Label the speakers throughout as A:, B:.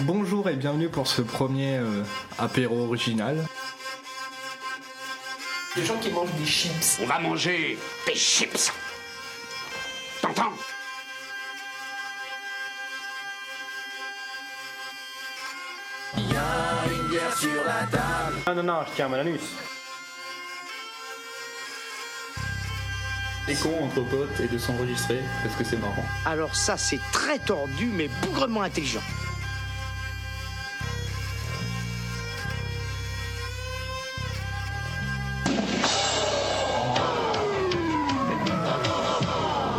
A: Bonjour et bienvenue pour ce premier euh, apéro original.
B: Des gens qui mangent des chips.
C: On va manger des chips. T'entends
D: Non, non, non, je tiens à mon anus.
E: C'est con entre potes et de s'enregistrer parce que c'est marrant.
F: Alors ça, c'est très tordu, mais bougrement intelligent.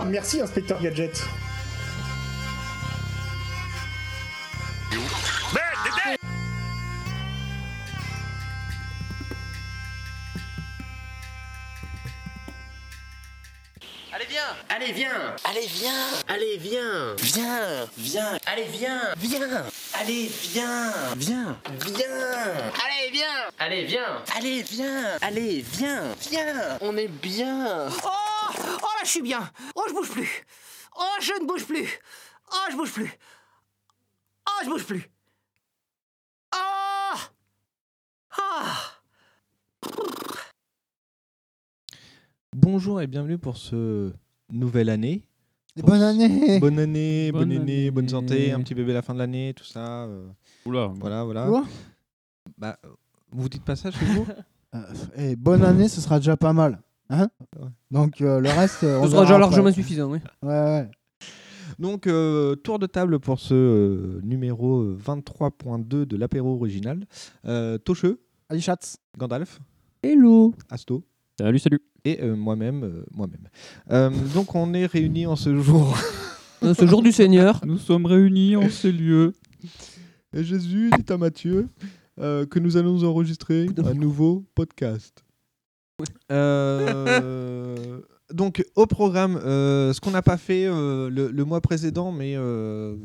G: Merci, inspecteur Gadget.
B: Allez, viens
C: Allez, viens
B: Allez, viens
C: Allez, viens
B: Viens
C: Viens
B: Allez, viens
C: Viens
B: Allez, viens
C: Viens
B: Viens
C: Allez, viens
B: Allez, viens
C: Allez, viens Allez, viens Viens On est bien
H: Oh Oh là, je suis bien Oh, je bouge plus Oh, je ne bouge plus Oh, je bouge plus Oh, je bouge plus Oh Ah
I: Bonjour et bienvenue pour ce nouvelle année.
J: Bonne année
I: Bonne année, bonne,
J: Eh. Bonne
I: année, bonne
J: année.
I: santé, un petit bébé à la fin de l'année, tout ça. euh,
K: Oula.
I: voilà, voilà.
J: Quoi
I: Bah, euh, vous dites pas ça chez vous
J: Euh, eh, Bonne année, ce sera déjà pas mal. Hein
I: Ouais.
J: Donc euh, le reste, euh, on
L: Ce sera déjà
J: verra
L: largement
J: après.
L: suffisant, oui.
J: Ouais, ouais.
I: Donc, euh, tour de table pour ce euh, numéro 23.2 de l'apéro original. Euh, Tocheux,
J: Ali Schatz.
I: Gandalf,
L: Hello
I: Asto
K: Salut, salut.
I: et euh, moi-même. euh, moi-même. Euh, donc, on est réunis en ce jour.
L: Dans Euh, ce jour du Seigneur,
K: Nous sommes réunis en ces lieux.
I: Et Jésus dit à Matthieu euh, que nous allons enregistrer
L: Putain.
I: un nouveau podcast.
L: Ouais.
I: Euh, donc au programme, euh, ce qu'on n'a pas fait euh, le, le mois précédent, mais euh,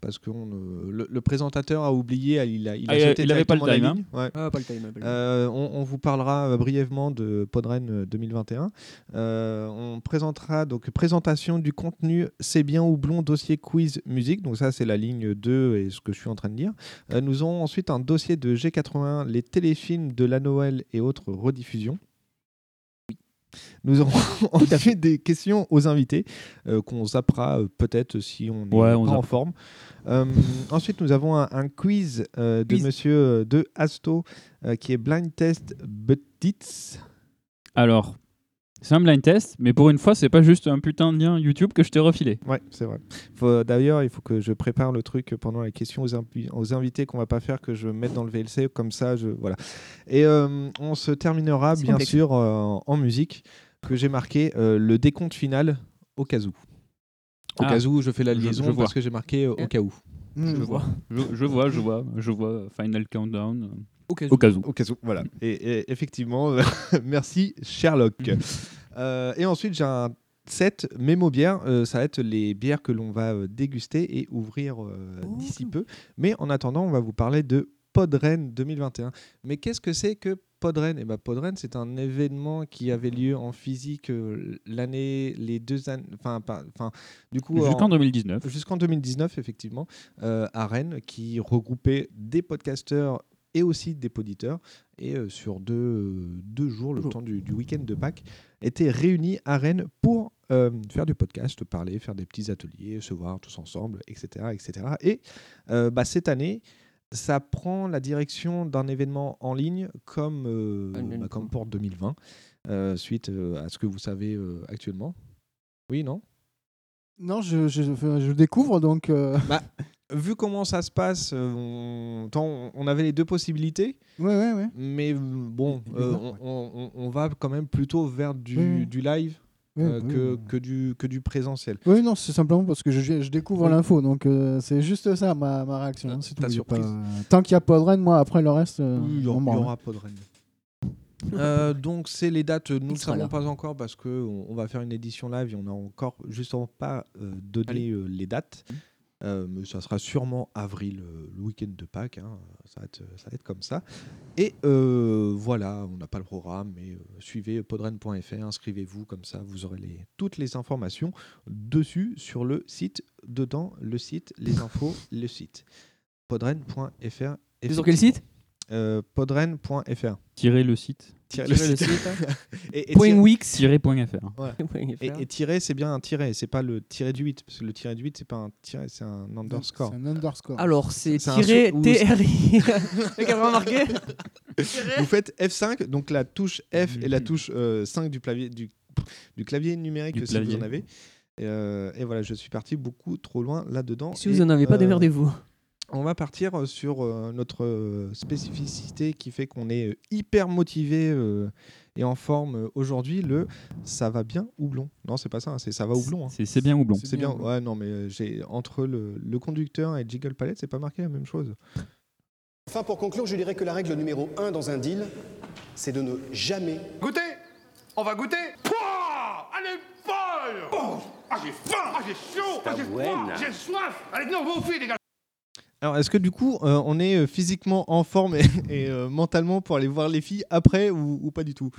I: parce que on, euh, le, le présentateur a oublié, il a, il a
K: Ah, il-
I: sauté
K: il avait pas le
I: directement la
K: time, hein.
I: ligne. Ouais.
L: Ah, pas le time. pas le time.
I: Euh, on, on vous parlera euh, brièvement de Podren euh, 2021. Euh, on présentera donc présentation du contenu C'est bien ou blond dossier quiz musique. Donc ça c'est la ligne 2 et ce que je suis en train de dire. Euh, nous aurons ensuite un dossier de G81, les téléfilms de la Noël et autres rediffusions. Nous aurons ensuite des questions aux invités euh, qu'on zappera euh, peut-être si on est
K: Ouais, on
I: pas en
K: zappe.
I: forme. Euh, ensuite, nous avons un, un quiz euh, de
L: Quiz.
I: monsieur euh, de Asto euh, qui est Blind Test Buttits.
K: Alors, c'est un blind test, mais pour une fois, c'est pas juste un putain de lien YouTube que je t'ai refilé.
I: Ouais, c'est vrai. Faut- euh, D'ailleurs, il faut que je prépare le truc pendant la question aux, impi- aux invités qu'on va pas faire, que je mette dans le VLC, comme ça, je voilà. Et euh, on se terminera
L: C'est
I: bien
L: complexe.
I: sûr euh, en musique que j'ai marqué euh, le décompte final au cas où. Au
K: Ah,
I: cas où, je fais la
K: je-
I: liaison
K: je vois.
I: parce que j'ai marqué euh, au cas où.
J: Hmm.
I: Je vois.
K: Je, je vois, je vois, je vois Final Countdown. euh,
L: Au cas où.
K: Au cas où.
I: Au cas où, voilà. Et, et effectivement, merci Sherlock. Euh, et ensuite, j'ai un set mémo bière. Euh, ça va être les bières que l'on va euh, déguster et ouvrir euh, d'ici peu. Mais en attendant, on va vous parler de Podren 2021. Mais qu'est-ce que c'est que Podren eh ben, Podren, c'est un événement qui avait lieu en physique euh, l'année, les deux années, enfin, pas- enfin, du coup, en-
K: Jusqu'en 2019.
I: jusqu'en 2019, effectivement, euh, à Rennes, qui regroupait des podcasteurs et aussi des poditeurs. Et euh, sur deux, euh, deux jours, le temps du, du week-end de Pâques, étaient réunis à Rennes pour euh, faire du podcast, parler, faire des petits ateliers, se voir tous ensemble, etc. etc. Et euh, bah, cette année, ça prend la direction d'un événement en ligne comme, euh,
L: Un-
I: bah, comme pour 2020, euh, suite euh, à ce que vous savez euh, actuellement. Oui, non
J: Non, je, je, je découvre donc. euh,
I: vu comment ça se passe, euh, on, tant- on- on avait les deux possibilités,
J: Ouais, ouais, ouais.
I: mais euh, bon,
J: Les deux
I: euh,
J: verts,
I: on,
J: ouais.
I: on- on- on va quand même plutôt vers du,
J: Oui.
I: du live
J: Ouais,
I: euh,
J: ouais,
I: que,
J: ouais.
I: que du, que du présentiel.
J: Oui, non, c'est simplement parce que je, je découvre
I: Oui.
J: l'info. Donc euh, c'est juste ça ma, ma réaction.
I: Euh,
J: hein, c'est
I: ta
J: tout. J'ai
I: surprise.
J: pas- Tant qu'il n'y a pas de reine, moi, après le reste. euh,
I: Il y,
J: on
I: aura- il y
J: m'en
L: hein.
I: aura pas de règle. Euh, donc c'est les dates, nous ne
L: sera
I: savons
L: là.
I: pas encore parce que on, on va faire une édition live et on n'a encore justement pas euh, donné euh, les dates.
L: Mmh.
I: Euh, mais ça sera sûrement avril, euh, le week-end de Pâques, hein. ça, va être, ça va être comme ça. Et euh, voilà, on n'a pas le programme, mais euh, suivez podren.fr, inscrivez-vous, comme ça vous aurez les, toutes les informations dessus sur le site, dedans le site, les infos, le site. podren.fr.
L: C'est sur quel site
I: Euh, Podren.fr.
K: Tirer le site.
I: Tirer
L: Tirer le site.
I: Et- et
L: Point
I: tirer-
L: Wix.
K: Tirer point fr.
I: Voilà.
L: Point fr.
I: Et, et tirer, c'est bien un tiret, c'est pas le tiret du 8, parce que le tiret du 8, c'est pas un tiret, c'est un underscore.
J: C'est un underscore.
L: Alors, c'est
I: C'est un
L: tiré
I: sou- ou-
L: TRI. Mec, a remarqué
I: Vous faites F5, donc la touche F et la touche euh, 5 du clavier, du, du clavier numérique
K: Du
I: si
K: clavier.
I: vous en avez. Et, euh, et voilà, je suis parti beaucoup trop loin là-dedans.
L: Si
I: Et,
L: vous en avez pas,
I: euh,
L: démerdez-vous.
I: On va partir euh, sur euh, notre euh, spécificité qui fait qu'on est euh, hyper motivé euh, et en forme euh, aujourd'hui. Le ça va bien houblon. Non, c'est pas ça. hein, C'est ça va houblon. hein.
K: C'est c'est bien houblon.
I: C'est bien. Ouais, non, mais euh, j'ai entre le, le conducteur et Jiggle Palette, c'est pas marqué la même chose.
M: Enfin, pour conclure, je dirais que la règle numéro un dans un deal, c'est de ne jamais
B: Goûtez On va goûter Pouah Elle est folle Oh Ah, j'ai faim Ah, j'ai chaud Ah, j'ai froid
I: Stawen.
B: J'ai soif Allez, non, vous fuyez, les gars
I: Alors, est-ce que du coup, euh, on est euh, physiquement en forme et, et, euh, mentalement pour aller voir les filles après ou, ou pas du tout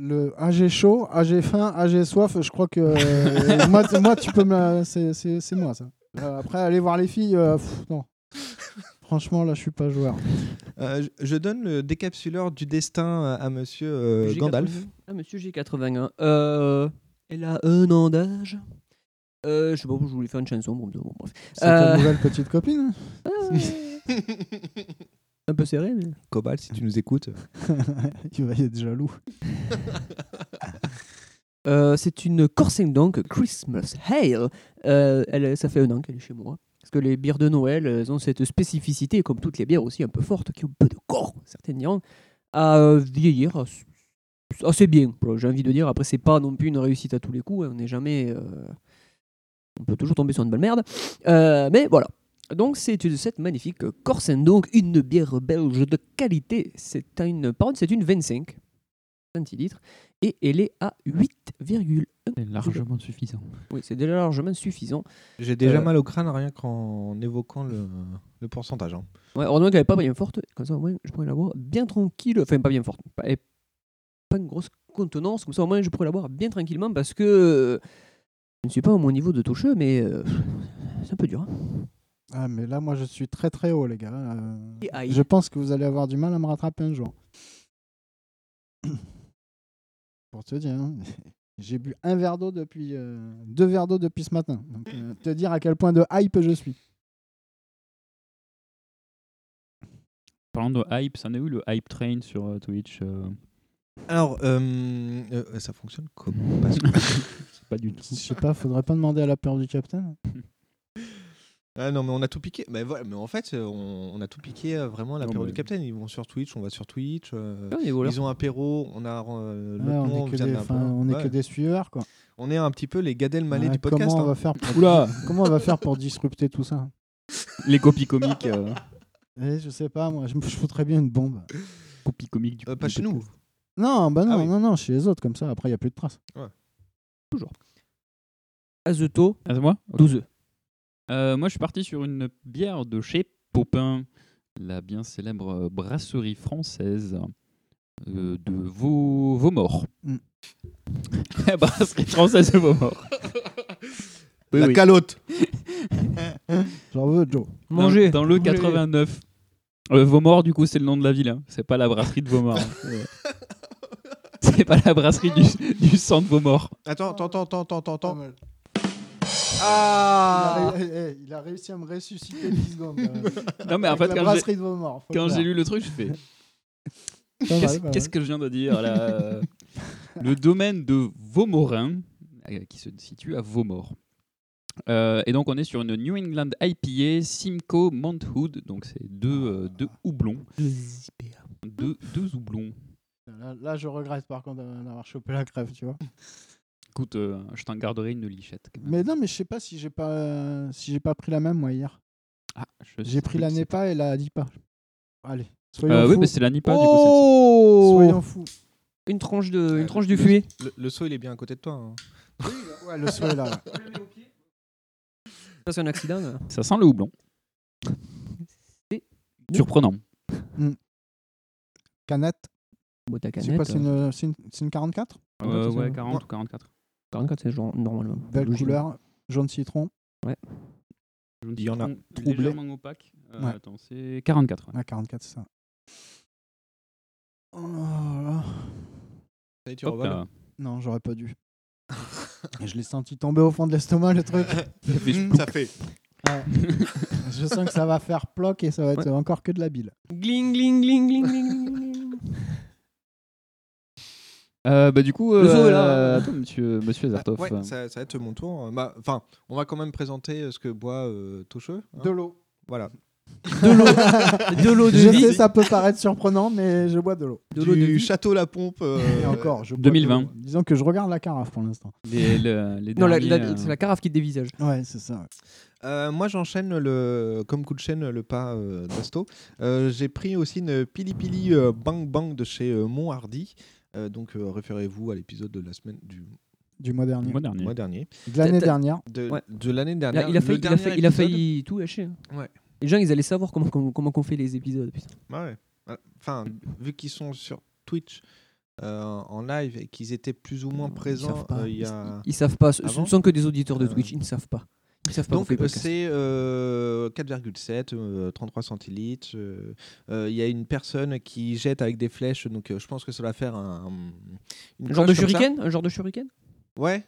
J: Le AG chaud, AG faim, AG soif, je crois que. euh, moi, t- moi, tu peux me. la- C'est c'est- c'est moi, ça. Euh, après, aller voir les filles, euh, pff, non. Franchement, là, je suis pas joueur.
I: Euh, je- je donne le décapsuleur du destin à, à monsieur euh,
L: J'ai
I: Gandalf.
L: 80. Ah, monsieur G81. Euh, elle a un an d'âge. Euh, je sais pas, je voulais faire une chanson. Bon, bon, bref.
J: C'est ta
L: Euh,
J: nouvelle petite copine hein.
L: Ah. Un peu serré, mais.
I: Cobalt, si tu nous écoutes.
J: Tu vas y être jaloux.
L: Euh, c'est une Corsair donc Christmas Hail. Euh, elle, ça fait un an qu'elle est chez moi. Parce que les bières de Noël, elles ont cette spécificité, comme toutes les bières aussi un peu fortes, qui ont peu de corps, certaines diront, à euh, vieillir ass- assez bien. quoi, J'ai envie de dire, après, c'est pas non plus une réussite à tous les coups. hein, On n'est jamais. euh, On peut toujours tomber sur une belle merde. Euh, mais voilà. Donc, c'est une- cette magnifique Corsair donc une bière belge de qualité. C'est à une, par contre, c'est une 25 centilitres et elle est à 8,1.
K: C'est largement suffisant.
L: Oui, c'est déjà largement suffisant.
I: J'ai déjà
L: Euh,
I: mal au crâne rien qu'en évoquant le, le pourcentage. hein.
L: Ouais, heureusement qu'elle n'est pas bien forte, comme ça au moins je pourrais la boire bien tranquille. Enfin, pas bien forte, pas, elle- pas une grosse contenance, comme ça au moins je pourrais la boire bien tranquillement parce que euh, je ne suis pas à mon niveau de toucheux, mais euh, c'est un peu dur. hein.
J: Ah, mais là, moi, je suis très très haut, les gars. Euh,
L: Et aïe.
J: je pense que vous allez avoir du mal à me rattraper un jour. Pour te dire, hein, j'ai bu un verre d'eau depuis. euh, deux verres d'eau depuis ce matin. Donc, euh, te dire à quel point de hype je suis.
K: Parlant de hype, ça en est où le hype train sur euh, Twitch euh,
I: Alors, euh, euh, ça fonctionne comment Parce que-
K: Pas du tout.
J: Je sais pas, faudrait pas demander à la peur du capitaine.
I: Ah non, mais on a tout piqué. Mais, voilà, mais en fait, euh, on, on a tout piqué euh, vraiment à l'apéro
L: mais-
I: du Capitaine. Ils vont sur Twitch, on va sur Twitch. euh,
L: Ah, on est voleurs.
I: ils ont apéro, on a euh,
J: Ouais,
I: notre nom,
J: on est, que
I: vient
J: des,
I: d'un
J: enfin,
I: bar.
J: on est
I: Ouais.
J: que des suiveurs, quoi.
I: On est un petit peu les Gadel Malais
J: Ouais,
I: du podcast.
J: Comment on
I: hein.
J: va faire pour,
K: Oula.
J: comment on va faire pour disrupter tout ça
K: Les copies comiques. euh,
J: Eh, Je sais pas, moi, je, me- je foutrais bien une bombe.
K: copies comiques du
I: Euh, pas chez nous.
J: Non, bah non,
I: oui.
J: non, non, chez les autres, comme ça, après, il n'y a plus de traces.
L: Azuto,
K: Ah, c'est moi Ok.
L: 12.
K: Euh, moi, je suis parti sur une bière de chez Popin, la bien célèbre euh, brasserie française euh, de Vau- Vaumort.
J: Mm.
K: la brasserie française de Vaumort.
I: La calotte.
J: J'en veux, Joe.
L: Manger.
K: Dans, dans le
L: Manger.
K: 89. Euh, Vaumort, du coup, c'est le nom de la ville. hein. C'est pas la brasserie de Vaumort. hein. Euh, c'est pas la brasserie du, du centre Vaumort.
I: Attends, attends, attends, attends, attends,
J: Pas
I: attends.
J: mal.
I: Ah
J: Il, a, ré- eh, eh, il a réussi à me ressusciter 10 secondes. quand même.
K: Non, mais en
J: Avec
K: fait,
J: la
K: quand j'ai-
J: brasserie de vos morts. faut
K: quand
J: le
K: j'ai
J: faire.
K: lu le truc, je fais.
J: Pas mal,
K: Qu'est-ce
J: pas mal.
K: qu'est-ce que je viens de dire là euh, Le domaine de Vaumorin, euh, qui se situe à Vaumort. Euh, et donc on est sur une New England IPA, Simcoe Mount Hood, donc c'est deux, euh,
J: Ah.
K: deux houblons, deux, deux houblons.
J: Là, là, je regrette par contre d'a- d'avoir chopé la crève, tu vois.
K: Écoute, euh, je t'en garderai une lichette. quand même.
J: Mais non, mais je sais pas si j'ai pas, euh, si j'ai pas pris la même, moi, hier.
K: Ah, je sais
J: J'ai pris
K: que
J: la
K: c'est-
J: NEPA et la DIPA. Allez, soyons
K: Euh,
J: fous.
K: oui, mais c'est la NIPA du coup. celle-ci.
L: Oh
J: Soyons fous.
L: Une tranche de, une
I: Euh,
L: tranche du
I: le-
L: fuet.
I: Le, le seau, il est bien à côté de toi. hein.
J: Ouais, le souhait là. ouais.
L: Ça, c'est un accident. là.
K: Ça sent le houblon.
L: C'est-
K: Surprenant.
J: Canette.
L: Bon, ta
J: C'est quoi,
L: canette.
J: c'est une, c'est une, c'est une 44
K: Euh,
L: c'est ça.
K: ouais, 40 ou 44.
L: 44, c'est euh, genre normalement.
J: Belle
L: Logique.
J: couleur, jaune citron.
I: Il y en a
K: Trom-
I: troublé.
K: légèrement opaque. Euh,
I: Ouais.
K: Attends, c'est 44. ouais.
J: Ah, 44, c'est ça. Oh
I: Ça y est, tu
K: Hop
I: revoles.
K: là.
J: Non, j'aurais pas dû. Je l'ai senti tomber au fond de l'estomac, le truc.
K: fait
J: Mm,
K: splouk.
J: Ouais. Je sens que ça va faire ploc et ça va être
L: Ouais.
J: encore que de la bile.
L: Gling, gling, gling, gling, gling, gling, gling.
K: Euh, bah, du coup,
I: Le
K: euh,
I: zoo est là.
K: attends, monsieur, monsieur
I: Ah,
K: Azartov.
I: ouais, ça, ça va être mon tour. Bah, Enfin, on va quand même présenter euh, ce que boit euh, Tocheux.
J: De l'eau.
I: Voilà.
J: De l'eau.
I: De l'eau de
J: Je
I: vie.
J: sais, ça peut paraître surprenant, mais je bois de l'eau.
I: De l'eau de Du vie. château la pompe. euh,
J: Et encore, je bois de
K: 2020.
J: l'eau. Disons que je regarde la carafe pour l'instant.
K: Les- le- les
L: Non, la-
K: derniers,
L: la-
K: euh,
L: c'est la carafe qui dévisage.
J: Ouais, c'est ça.
I: Euh, moi, j'enchaîne le, comme coup de chaîne le pas euh, d'Asto. Euh, J'ai pris aussi une Pili Pili euh, Bang Bang de chez euh, Mont Hardy. Euh, donc, euh, référez-vous à l'épisode de la semaine du
J: Du mois dernier.
K: euh, mois dernier.
I: mois dernier.
J: De l'année
L: T'as-
J: dernière.
I: De,
L: Ouais.
I: de l'année
L: Là,
I: dernière.
L: il,
I: Le
L: a failli, il a
I: dernier
L: failli- il a
I: épisode.
L: failli tout lâcher. hein.
I: Ouais.
L: Les gens, ils allaient savoir comment, comment, comment qu'on fait les épisodes. putain.
I: Bah ouais. Voilà. Enfin, vu qu'ils sont sur Twitch euh, en live et qu'ils étaient plus ou moins
L: Ils savent
I: présents,
L: pas.
I: euh, il y
L: Ils-
I: a-
L: ils, ils savent pas. Ce
I: Avant
L: ne sont que des auditeurs de
I: Euh,
L: Twitch. Ils ne savent pas. Ils savent pas. qu'on
I: Donc
L: fait le
I: euh,
L: podcast.
I: c'est euh, 4,7, euh, 33 centilitres. euh, euh, Il y a une personne qui jette avec des flèches, donc euh, je pense que ça va faire un, une
L: un genre de
I: cloche comme ça.
L: shuriken Un genre de shuriken
I: Ouais,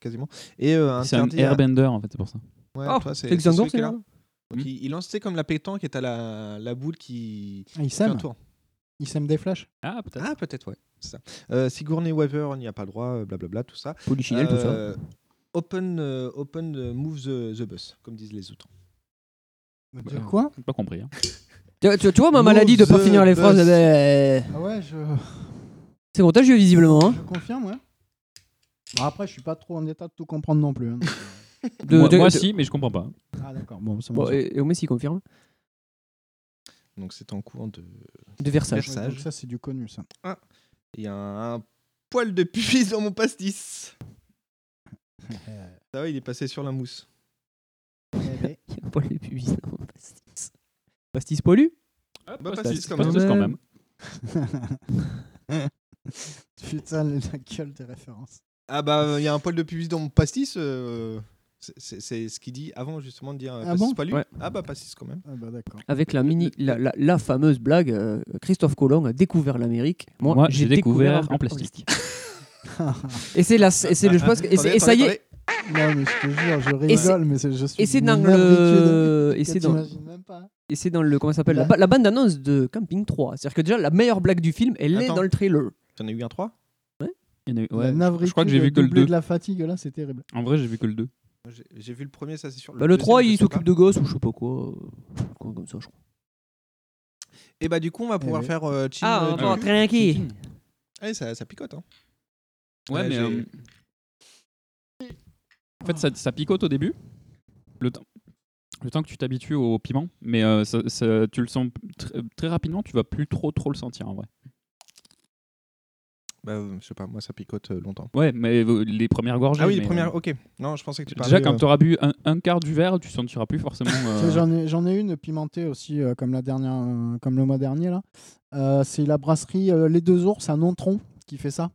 I: quasiment. Et euh,
K: C'est un
I: interdit à-
K: airbender, en fait, c'est pour ça.
I: Ouais,
L: Ah,
I: toi, c'est
L: c'est Xangor,
I: celui qui est
L: celui-là
I: là. Donc, il, il lance tu sais, comme la pétanque et t'as la, la boule qui
J: Ah, il
I: qui fait un
J: sème.
I: tour.
J: Il sème des flashs.
K: Ah, peut-être.
I: Ah peut-être ouais. c'est Ça. Euh, Sigourney Weaver, on n'y a pas le droit, euh, blablabla, tout ça.
L: Polichinelle, tout ça.
I: tout ça. Open, euh, open euh, move the, the bus, comme disent les autres. Bah,
J: De quoi
K: J'ai pas compris. hein.
L: Tu, tu- tu vois ma
I: Move
L: maladie de pas
I: the
L: finir les
I: bus.
L: phrases. eh ben,
J: Ah ouais, je,
L: C'est contagieux visiblement. hein.
J: je confirme, ouais. Bon, après, je suis pas trop en état de tout comprendre non plus. hein.
L: De-
K: moi,
L: Euh, de-
K: moi,
L: de-
K: si, mais je comprends pas.
J: Ah d'accord, bon, ça me
L: Bon,
J: va.
L: et, et Omes, il confirme.
I: Donc c'est en cours de
L: De Versailles.
J: Ouais, donc ça, c'est du connu, ça.
I: Il y a un, un poil de pubis dans mon pastis. Ça va, il est passé sur la mousse. ben.
L: Il y a pas les pubis, non, pastis. Pastis pollu
I: Bah,
K: Pas
I: pastis
K: six,
I: quand
K: pas
I: même.
K: six, quand même.
J: Putain, la gueule des références.
I: Ah bah, il y a un poil de pubis dans mon pastis. euh, c'est- C'est c'est ce qu'il dit avant justement de dire euh,
J: Ah
I: pastis
J: bon
I: pas lu.
L: Ouais.
I: Ah bah pastis quand même.
J: Ah bah d'accord.
L: Avec la, mini, la, la- la fameuse blague, euh, Christophe Colomb a découvert l'Amérique. Moi,
K: Moi,
L: j'ai
K: j'ai découvert en plastique.
L: Et c'est la, et c'est le, je pense que- et, c'est- et ça y est,
J: Non, mais je te jure, je
L: Et c'est-
J: rigole, mais c'est- je suis.
L: et c'est dans
J: navré
L: le,
J: que-
L: et
J: que
L: c'est dans,
J: t'imagines même pas. hein.
L: et c'est dans le, comment ça s'appelle, la,
J: La-
L: ba- la bande annonce de Camping 3. C'est-à-dire que déjà la meilleure blague du film, elle est
I: Attends.
L: dans le trailer.
I: T'en as eu un 3
K: Il y en a eu-
J: La
K: ouais,
J: navritude
K: je crois que j'ai vu que le
J: doublée
K: 2.
J: de la fatigue, là, c'est terrible.
K: En vrai, j'ai vu que le 2.
I: J'ai- J'ai vu le premier, ça c'est sûr.
L: Bah, le 3,
I: deuxième, je
L: il
I: sais
L: s'occupe
I: pas.
L: de gosses ou je sais pas quoi, euh, quoi comme ça, je crois.
I: Et bah du coup, on
L: Eh
I: va pouvoir
J: oui.
I: faire euh, Chin,
L: Ah,
I: euh, du cul.
L: tranquille.
I: Allez, ça, ça picote. Hein.
K: Ouais,
I: Ouais,
K: mais.
I: j'ai-
K: euh, En fait, ça, ça picote au début. Le temps. Le temps que tu t'habitues au piment, mais euh, ça- ça- tu le sens tr- très rapidement, tu vas plus trop trop le sentir en vrai.
I: Bah, euh, je sais pas, moi ça picote euh, longtemps.
K: Ouais, mais euh, les premières gorgées.
I: Ah oui,
K: mais,
I: les premières.
K: euh,
I: Ok. Non, je pensais que tu parlais.
K: déjà, quand
I: euh,
K: tu auras bu un, un quart du verre, tu sentiras plus forcément.
J: Tu
K: euh,
J: sais, J'en ai, j'en ai une pimentée aussi, euh, comme, la dernière, euh, comme le mois dernier. là. Euh, c'est la brasserie euh, Les Deux Ours, à Nontron, qui fait ça.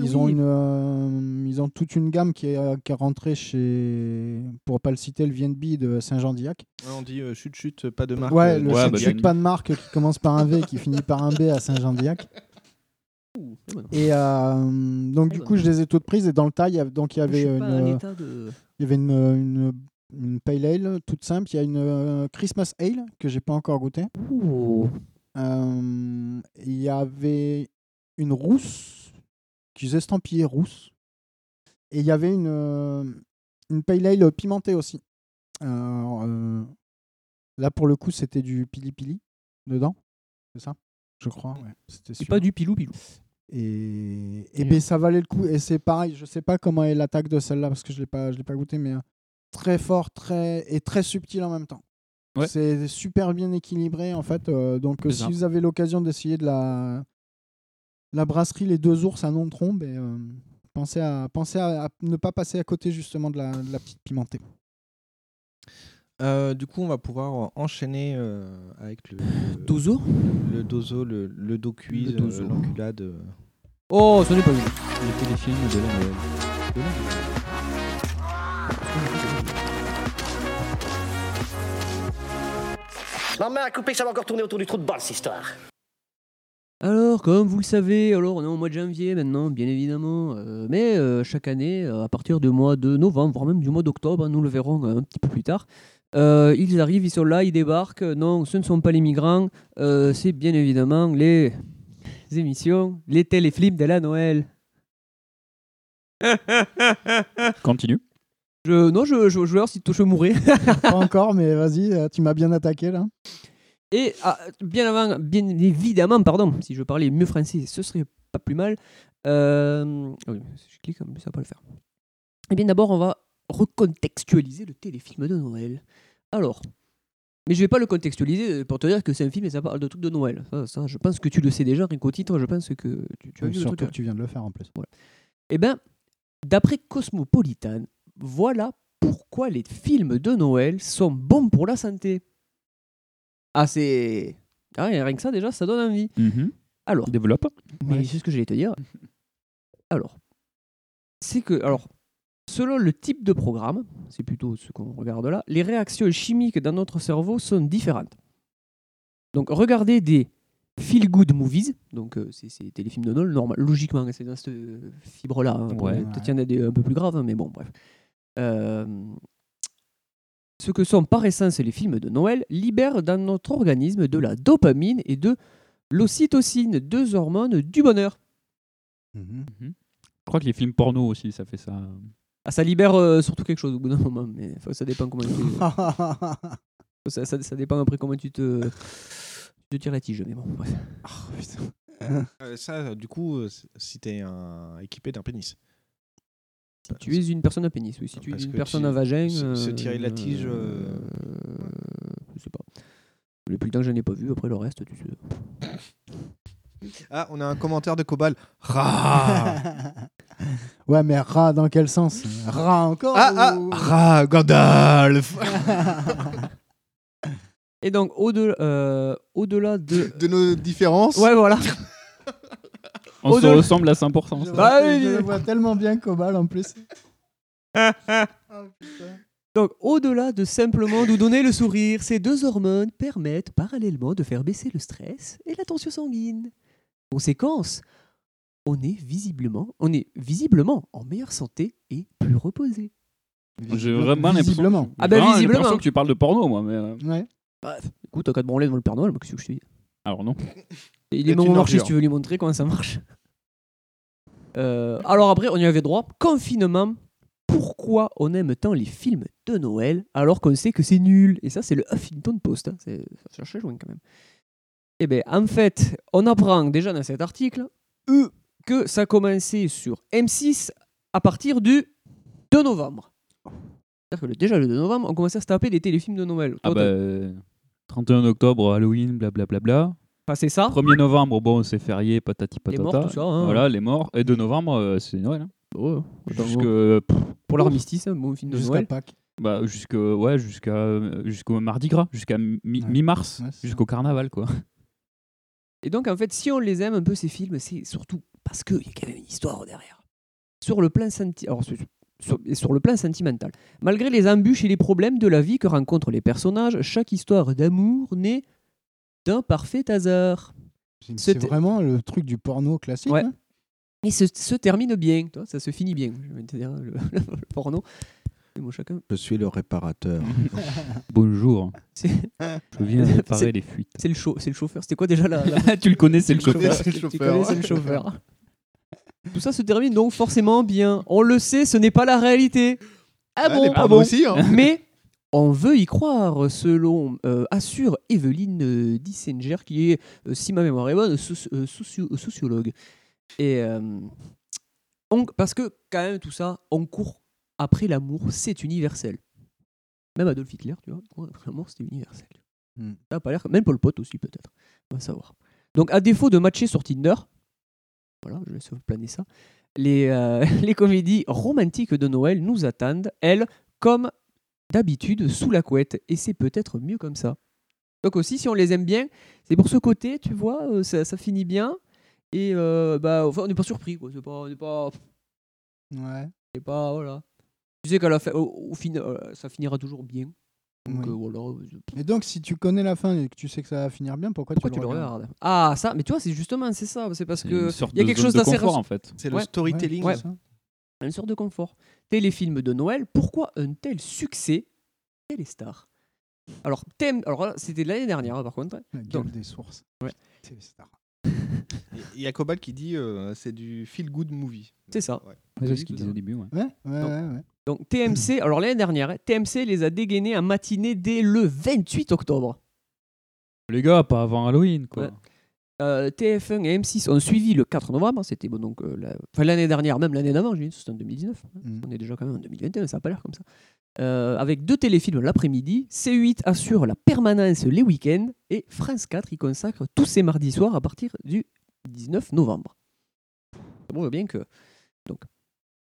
J: Ils, ont
L: Ah oui.
J: une, euh, ils ont toute une gamme qui est, euh, qui est rentrée chez, pour pas le citer, le VNB de Saint-Jean-Diac.
I: Ouais, on dit euh, chut chut, euh, pas de marque.
J: Ouais,
I: euh,
J: le
K: ouais,
J: chute
K: bah,
J: chute
K: j'ai-
J: pas de marque euh, qui commence par un V et qui finit par un B à Saint-Jean-Diac.
L: Ouh, c'est bon.
J: Et euh, donc, du coup, je les ai toutes prises. Et dans le tas, il y a- donc, il y
L: Ah, bah, Je
J: avait
L: suis pas en
J: une, euh,
L: état de.
J: il y avait une, une, une Pale Ale toute simple. Il y a une euh, Christmas Ale que j'ai pas encore goûté.
L: Ouh.
J: Euh, Il y avait une rousse, qu'ils estampillait rousse. Et il y avait une, euh, une pale ale pimentée aussi. Alors, euh, là, pour le coup, c'était du pili-pili dedans. C'est ça Je crois, ouais. C'était
L: C'est
J: sûr.
L: pas du pilou pilou.
J: Et, et ben, ça valait le coup. Et c'est pareil, je sais pas comment est l'attaque de celle-là, parce que je l'ai pas, je l'ai pas goûté, mais euh, très fort très, et très subtil en même temps.
K: Ouais.
J: C'est super bien équilibré, en fait. euh, donc, euh,
K: C'est
J: si
K: ça.
J: vous avez l'occasion d'essayer de la, la brasserie Les Deux Ours à Nontron, ben, euh, pensez, à, pensez à, à ne pas passer à côté, justement, de la, de la petite pimentée.
I: Euh, du coup, on va pouvoir euh, enchaîner euh, avec le, le-
L: Dozo
I: le dozo, le, le do quiz,
L: Le dozo.
I: l'enculade. euh.
L: Oh, ce n'est pas lui.
K: le téléfilm de la Noël.
N: Ma main a coupé, ça va encore tourner autour du trou de balle, cette histoire.
L: Alors, comme vous le savez, alors on est au mois de janvier maintenant, bien évidemment. euh, mais euh, chaque année, euh, à partir du mois de novembre, voire même du mois d'octobre, hein, nous le verrons euh, un petit peu plus tard, euh, ils arrivent, ils sont là, ils débarquent. Euh, Non, ce ne sont pas les migrants, euh, c'est bien évidemment les émissions, les téléfilms de la Noël.
K: Continue.
L: Je, non, je, je, je vais voir si je mourrais.
J: Pas encore, mais vas-y, euh, tu m'as bien attaqué là.
L: Et ah, bien avant, bien évidemment, pardon, si je parlais mieux français, ce serait pas plus mal. Euh, ah oui, si je clique, ça va pas le faire. Eh bien, d'abord, on va recontextualiser le téléfilm de Noël. Alors, mais je vais pas le contextualiser pour te dire que c'est un film et ça parle de trucs de Noël. Ça, ça, je pense que tu le sais déjà, rien qu'au titre, je pense que tu, tu as vu le
J: Surtout
L: truc.
J: que tu viens de le faire en plus.
L: Eh bien, d'après Cosmopolitan, voilà pourquoi les films de Noël sont bons pour la santé. Ah, c'est. Ah, rien que ça, déjà, ça donne envie.
K: Mhm.
L: Alors.
K: Développe.
L: Mais c'est ce que j'allais te dire. Alors. C'est que. Alors. Selon le type de programme, c'est plutôt ce qu'on regarde là, les réactions chimiques dans notre cerveau sont différentes. Donc, regarder des feel-good movies, donc euh, c'est c'est téléfilms de Noël, normal, logiquement, c'est dans cette euh, fibre-là. hein. Bon,
K: Ouais.
L: Peut-être il y en a des un peu plus graves, hein, mais bon, bref. Euh, ce que sont par essence les films de Noël libèrent dans notre organisme de la dopamine et de l'ocytocine, deux hormones du bonheur.
J: Mhm.
K: Mhm. Je crois que les films porno aussi, ça fait ça.
L: Ah, ça libère euh, surtout quelque chose au bout d'un moment, mais enfin, ça dépend comment tu... ça, ça- ça dépend après comment tu te, tu te tires la tige, mais bon, bref.
J: Oh,
I: Euh, ça, du coup, euh, si t'es un... équipé d'un pénis.
L: Si tu es une personne à pénis, oui. Si tu es
I: Parce
L: une
I: que
L: personne
I: ti-
L: à vagin.
I: se- se
L: euh,
I: tirer la tige, euh,
L: Je sais pas. Depuis le temps que je n'ai pas vu, après le reste, tu sais.
I: Ah, on a un commentaire de Cobal. Ah,
J: Ah. Ouais, mais rat dans quel sens Rat encore
I: Ah,
J: ou-
L: Oh.
I: ah, rat, Gandalf.
L: Et donc, au-delà euh, au-delà de...
I: de nos différences.
L: Ouais, voilà.
K: On se
L: Au-delà-
K: ressemble à 100%. ça.
L: Bah oui,
J: Je
L: oui.
J: le vois tellement bien Cobal en plus.
L: Donc, au-delà de simplement nous donner le sourire, ces deux hormones permettent parallèlement de faire baisser le stress et la tension sanguine. Conséquence, on est visiblement, on est visiblement en meilleure santé et plus reposé.
K: J'ai vraiment l'impression. que-
L: Ah bah,
K: Vraiment, j'ai
L: visiblement.
K: l'impression que tu parles de porno, moi. Mais... euh,
L: Bah, écoute, en cas de branlette devant le Père Noël, moi, qu'est-ce que je te dis
K: Alors non.
L: Il est
K: mon
L: mon marché si tu veux lui montrer comment ça marche. Euh, alors après, on y avait droit. Confinement, pourquoi on aime tant les films de Noël alors qu'on sait que c'est nul Et ça, c'est le Huffington Post. hein. C'est ça cherche loin quand même. Eh bien, en fait, on apprend déjà dans cet article eux, que ça commençait sur M6 à partir du 2 novembre. C'est-à-dire que le- déjà le 2 novembre, on commençait à se taper des téléfilms de Noël.
K: Ah
L: Toi,
K: bah,
L: t'as-
K: euh, 31 octobre, Halloween, blablabla.
L: c'est ça.
K: 1er novembre, bon, c'est férié, patati patata.
L: Oh. morts, tout ça, hein.
K: Voilà, les morts. Et 2 novembre, euh, c'est Noël. hein.
L: attends,
K: Jusque-
L: bon.
K: pff,
L: Pour l'armistice, un bon film de
K: Jusqu'à
L: Noël.
J: Pâques.
K: Bah, jusque, ouais, jusqu'à, euh, jusqu'au Mardi Gras, jusqu'à mi- mi-mars, jusqu'au carnaval, quoi.
L: Et donc, en fait, si on les aime un peu, ces films, c'est surtout parce qu'il y a quand même une histoire derrière. Sur le plan, senti- alors, sur, sur- et sur le plan sentimental. Malgré les embûches et les problèmes de la vie que rencontrent les personnages, chaque histoire d'amour naît d'un parfait hasard.
J: C'est vraiment le truc du porno classique.
L: Ouais.
J: hein.
L: Et se, se termine bien, toi, ça se finit bien. Je vais te dire, hein, le, le porno. Mais bon, chacun.
I: Je suis le réparateur.
K: Bonjour.
L: C'est-
K: Je viens
L: C'est-
K: réparer les fuites.
L: C'est le, chau- c'est le chauffeur. C'était quoi déjà la. la-
K: Tu le connais, c'est le
L: Tu
K: chauffeur.
L: connais, Tu
K: chauffeur.
L: connais, c'est le chauffeur. Tout ça se termine donc forcément bien. On le sait, ce n'est pas la réalité. Ah
I: Ouais,
L: bon,
I: les
L: ah
I: parents
L: bon.
I: aussi, hein.
L: Mais on veut y croire, selon euh, assure Evelyne euh, Dissinger, qui est, euh, si ma mémoire est bonne, soci- euh, socio- euh, sociologue. Et euh, on- parce que quand même tout ça, on court après l'amour, c'est universel. Même Adolf Hitler, tu vois, il courait après l'amour, c'était universel.
J: Hmm.
L: Ça a pas l'air. Même Pol Pot aussi, peut-être. On va savoir. Donc, à défaut de matcher sur Tinder, voilà, je vais planer ça, les, euh, les comédies romantiques de Noël nous attendent, elles, comme d'habitude, sous la couette. Et c'est peut-être mieux comme ça. Donc, aussi, si on les aime bien, c'est pour ce côté, tu vois, euh, ça, ça finit bien. Et euh, bah, enfin, on n'est pas surpris, quoi. C'est pas- on n'est pas.
J: Ouais.
L: C'est pas. Voilà. Tu sais qu'à la fin, au, au final, euh, ça finira toujours bien. Donc, euh, voilà, euh,
J: Et donc, si tu connais la fin et que tu sais que ça va finir bien, pourquoi,
L: Pourquoi tu le regardes Ah, ça, mais tu vois, c'est justement, c'est ça. C'est parce
J: C'est
L: que
J: une sorte
L: il y a
J: de
L: quelque
J: zone
L: chose
J: de
L: d'assez
J: confort,
L: rass-
J: en fait. C'est le
L: Ouais.
J: storytelling,
L: Ouais.
J: c'est ça
L: Une sorte de confort. Téléfilm de Noël, pourquoi un tel succès Téléstar. Alors, thème, alors là, c'était l'année dernière, hein, par contre. hein.
J: La gueule
L: Donc-
J: des sources.
L: Ouais.
J: Téléstar.
I: Il y a Cobalt qui dit euh, c'est du feel good movie.
L: C'est ça.
I: Ouais.
K: C'est ce qu'il disait au début, ouais.
J: Ouais, ouais,
L: Donc-
J: ouais, ouais.
L: Donc TMC, alors l'année dernière, hein, TMC les a dégainés en matinée dès le 28 octobre.
K: Les gars, pas avant Halloween, quoi.
L: Ouais. Euh, TF1 et M6 ont suivi le 4 novembre, hein, c'était bon, donc euh, la- enfin, l'année dernière, même l'année d'avant, j'ai dit, c'était en 2019. hein.
J: Mm.
L: On est déjà quand même en 2021, ça n'a pas l'air comme ça. Euh, avec deux téléfilms l'après-midi, C8 assure la permanence les week-ends et France 4 y consacre tous ses mardis soirs à partir du 19 novembre. Ça prouve bien que. Donc,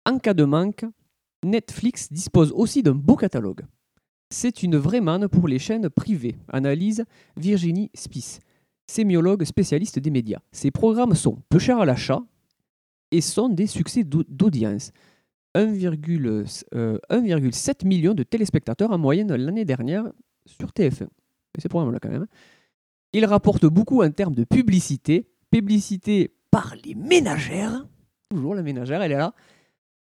L: en cas de manque, Netflix dispose aussi d'un beau catalogue. C'est une vraie manne pour les chaînes privées, analyse Virginie Spies, sémiologue spécialiste des médias. Ces programmes sont peu chers à l'achat et sont des succès d'au- d'audience. 1,7 euh, 1,7 million de téléspectateurs en moyenne l'année dernière sur TF1. Et ces programmes-là quand même. Ils rapportent beaucoup en termes de publicité. Publicité par les ménagères. Toujours la ménagère, elle est là.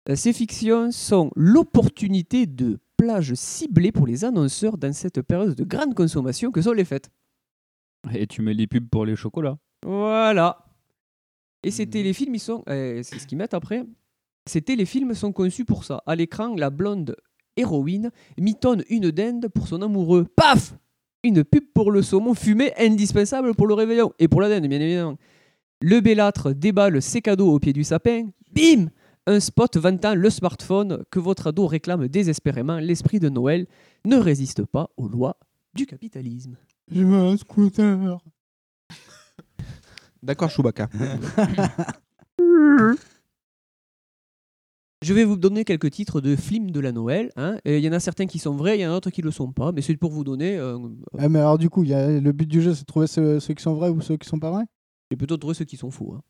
L: Euh, Ces fictions sont l'opportunité de plages ciblées pour les annonceurs dans cette période de grande consommation que sont les fêtes.
K: Et tu mets les pubs pour les chocolats.
L: Voilà. Et ces téléfilms, ils sont. euh, c'est ce qu'ils mettent après. Ces téléfilms sont conçus pour ça. À l'écran, la blonde héroïne mitonne une dinde pour son amoureux. Paf Une pub pour le saumon fumé indispensable pour le réveillon. Et pour la dinde, bien évidemment. Le bellâtre déballe ses cadeaux au pied du sapin. Bim Un spot vantant le smartphone que votre ado réclame désespérément. L'esprit de Noël ne résiste pas aux lois du capitalisme.
J: Je veux un scooter.
I: D'accord, Chewbacca.
L: Je vais vous donner quelques titres de films de la Noël. hein. Et Il y en a certains qui sont vrais, il y en a d'autres qui ne le sont pas. Mais c'est pour vous donner. euh,
J: Ah, mais alors, du coup, il y a- le but du jeu, c'est de trouver ceux, ceux qui sont vrais ou ceux qui sont pas vrais
L: J'ai plutôt trouvé ceux qui sont faux. hein.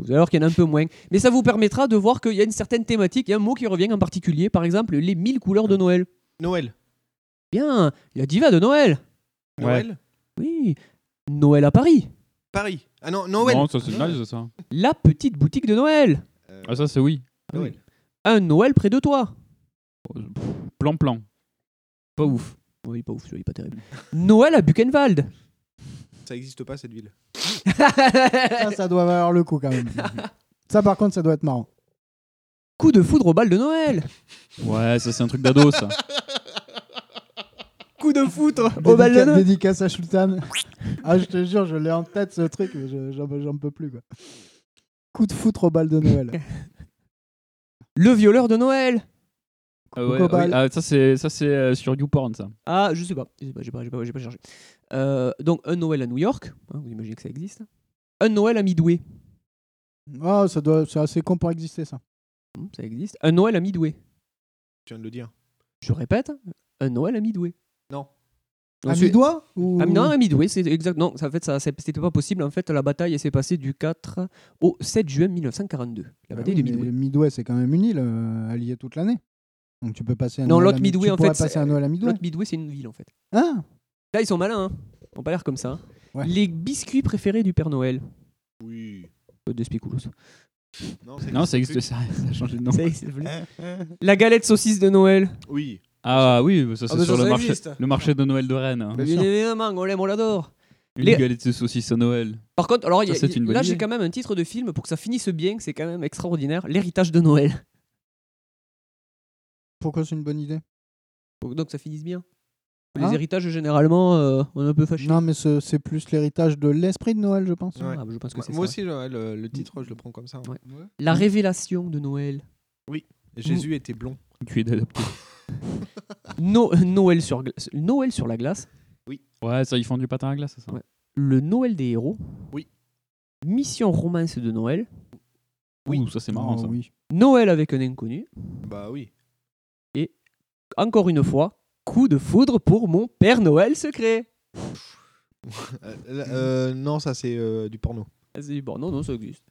L: Vous allez voir qu'il y en a un peu moins. Mais ça vous permettra de voir qu'il y a une certaine thématique. Il y a un mot qui revient en particulier, par exemple, les mille couleurs de Noël.
I: Noël.
L: Bien, la diva de Noël.
I: Noël
L: Oui. Noël à Paris.
I: Paris. Ah non, Noël.
K: Non, ça c'est nice, ça.
L: La petite boutique de Noël.
K: Ah, ça c'est oui.
I: Noël.
L: Un Noël près de toi.
K: Plan plan. Pas ouf.
L: Oui, pas ouf, celui pas terrible. Noël à Buchenwald.
I: Ça n'existe pas cette ville.
J: ça, ça doit valoir le coup quand même. ça, par contre, ça doit être marrant.
L: Coup de foudre aux balles de Noël.
K: Ouais, ça c'est un truc d'ado, ça.
L: Coup de foudre
J: Dédica-
L: aux balles de Noël.
J: Dédicace à Sultan. ah, je te jure, je l'ai en tête ce truc, mais je- j'en j'en peux plus. Quoi. Coup de foutre aux balles de Noël.
L: Le violeur de Noël.
K: Ah ouais,
L: Cobalt.
K: oui, ah, ça c'est ça c'est euh, sur YouPorn, ça.
L: Ah, je sais pas. Je sais pas, j'ai pas, j'ai pas, j'ai pas cherché. Euh, donc, un Noël à New York. hein, vous imaginez que ça existe. Un Noël à Midway.
J: Ah, ça doit, c'est assez con pour exister ça.
L: Hum, Ça existe. Un Noël à Midway.
I: Tu viens de le dire.
L: Je répète, un Noël à Midway.
I: Non.
L: Non,
J: À
L: c'est-
J: Midway ou-
L: Ah, Non, à Midway, c'est exact. Non, ça, en fait, ça, c'est- c'était pas possible. En fait, la bataille s'est passée du 4 au 7 juin 1942.
J: Ah
L: La bataille
J: oui,
L: de
J: mais
L: Midway.
J: le Midway, c'est quand même une île euh, alliée toute l'année. Donc tu peux passer un
L: Non,
J: Noël
L: l'autre
J: à Mid-
L: Midway,
J: tu
L: en
J: pourrais
L: fait.
J: passer
L: c'est-
J: un Noël à Midway.
L: L'autre Midway, c'est une ville, en fait.
J: Ah
L: Là, ils sont malins, hein. Ils ont pas l'air comme ça. hein. Les biscuits préférés du Père Noël.
I: Oui.
L: De Spicoulos. Oh,
K: Non, ça existe, ça, ça a changé de nom.
L: Ça existe plus. La galette saucisse de Noël.
I: Oui.
K: Ah oui, ça
L: Ah,
K: c'est
L: bah,
K: sur
L: ça,
K: le,
L: ça
K: marché,
L: existe.
K: le marché de Noël de Rennes. hein.
L: Bien évidemment, on l'aime, on l'adore.
K: Une
L: Les-
K: galette de saucisse à Noël.
L: Par contre, alors, il y a-
K: Ça, c'est une bonne
L: là,
K: idée.
L: j'ai quand même un titre de film pour que ça finisse bien, que c'est quand même extraordinaire L'héritage de Noël.
J: Pourquoi c'est une bonne idée
L: Faut Donc, ça finisse bien.
J: Hein
L: Les héritages, généralement, euh, on est un peu fâché.
J: Non, mais ce- c'est plus l'héritage de l'esprit de Noël, je pense.
I: Ouais.
L: Ah, bah, je pense que
I: moi
L: c'est Mm.
I: moi
L: ça,
I: aussi, ouais, le, le titre, je le prends comme ça. hein.
L: La révélation de Noël.
I: Oui. Jésus était blond.
K: Tu es d'adopté.
L: No- euh, Noël, sur glace- Noël sur la glace.
K: Ouais, ça ils font du patin à glace, ça.
L: Le Noël des héros.
I: Oui.
L: Mission romance de Noël.
K: Oui. Ouh, ça
J: Ah,
K: c'est marrant, ça.
L: Ah Noël avec un inconnu.
I: Bah oui.
L: Et encore une fois, coup de foudre pour mon Père Noël secret. Mm.
I: Euh, euh, non, ça c'est euh, du porno.
L: Vas-y, bon, non, non, ça existe.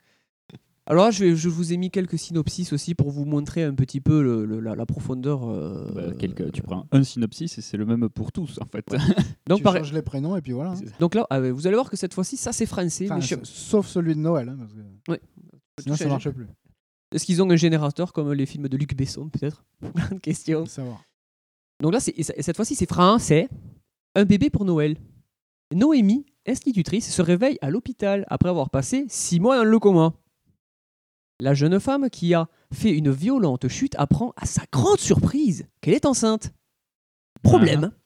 L: Alors, je, vais- je vous ai mis quelques synopsis aussi pour vous montrer un petit peu le- le- la, la profondeur. euh,
K: Bah, quelques- tu prends un synopsis et c'est le même pour tous en fait.
L: Donc,
J: tu
L: par-
J: changes les prénoms et puis voilà. hein.
L: Donc là, ah, vous allez voir que cette fois-ci, ça c'est français.
J: Enfin,
L: mais je-
J: sa- Sauf celui de Noël. hein, parce que
L: Ouais.
J: Sinon, ça marche plus.
L: Est-ce qu'ils ont un générateur comme les films de Luc Besson, peut-être Bonne question. Donc là, c'est- et ça- et cette fois-ci, c'est français. Un bébé pour Noël. Noémie, institutrice, se réveille à l'hôpital après avoir passé six mois dans le coma. La jeune femme qui a fait une violente chute apprend à sa grande surprise qu'elle est enceinte. Problème. Ah.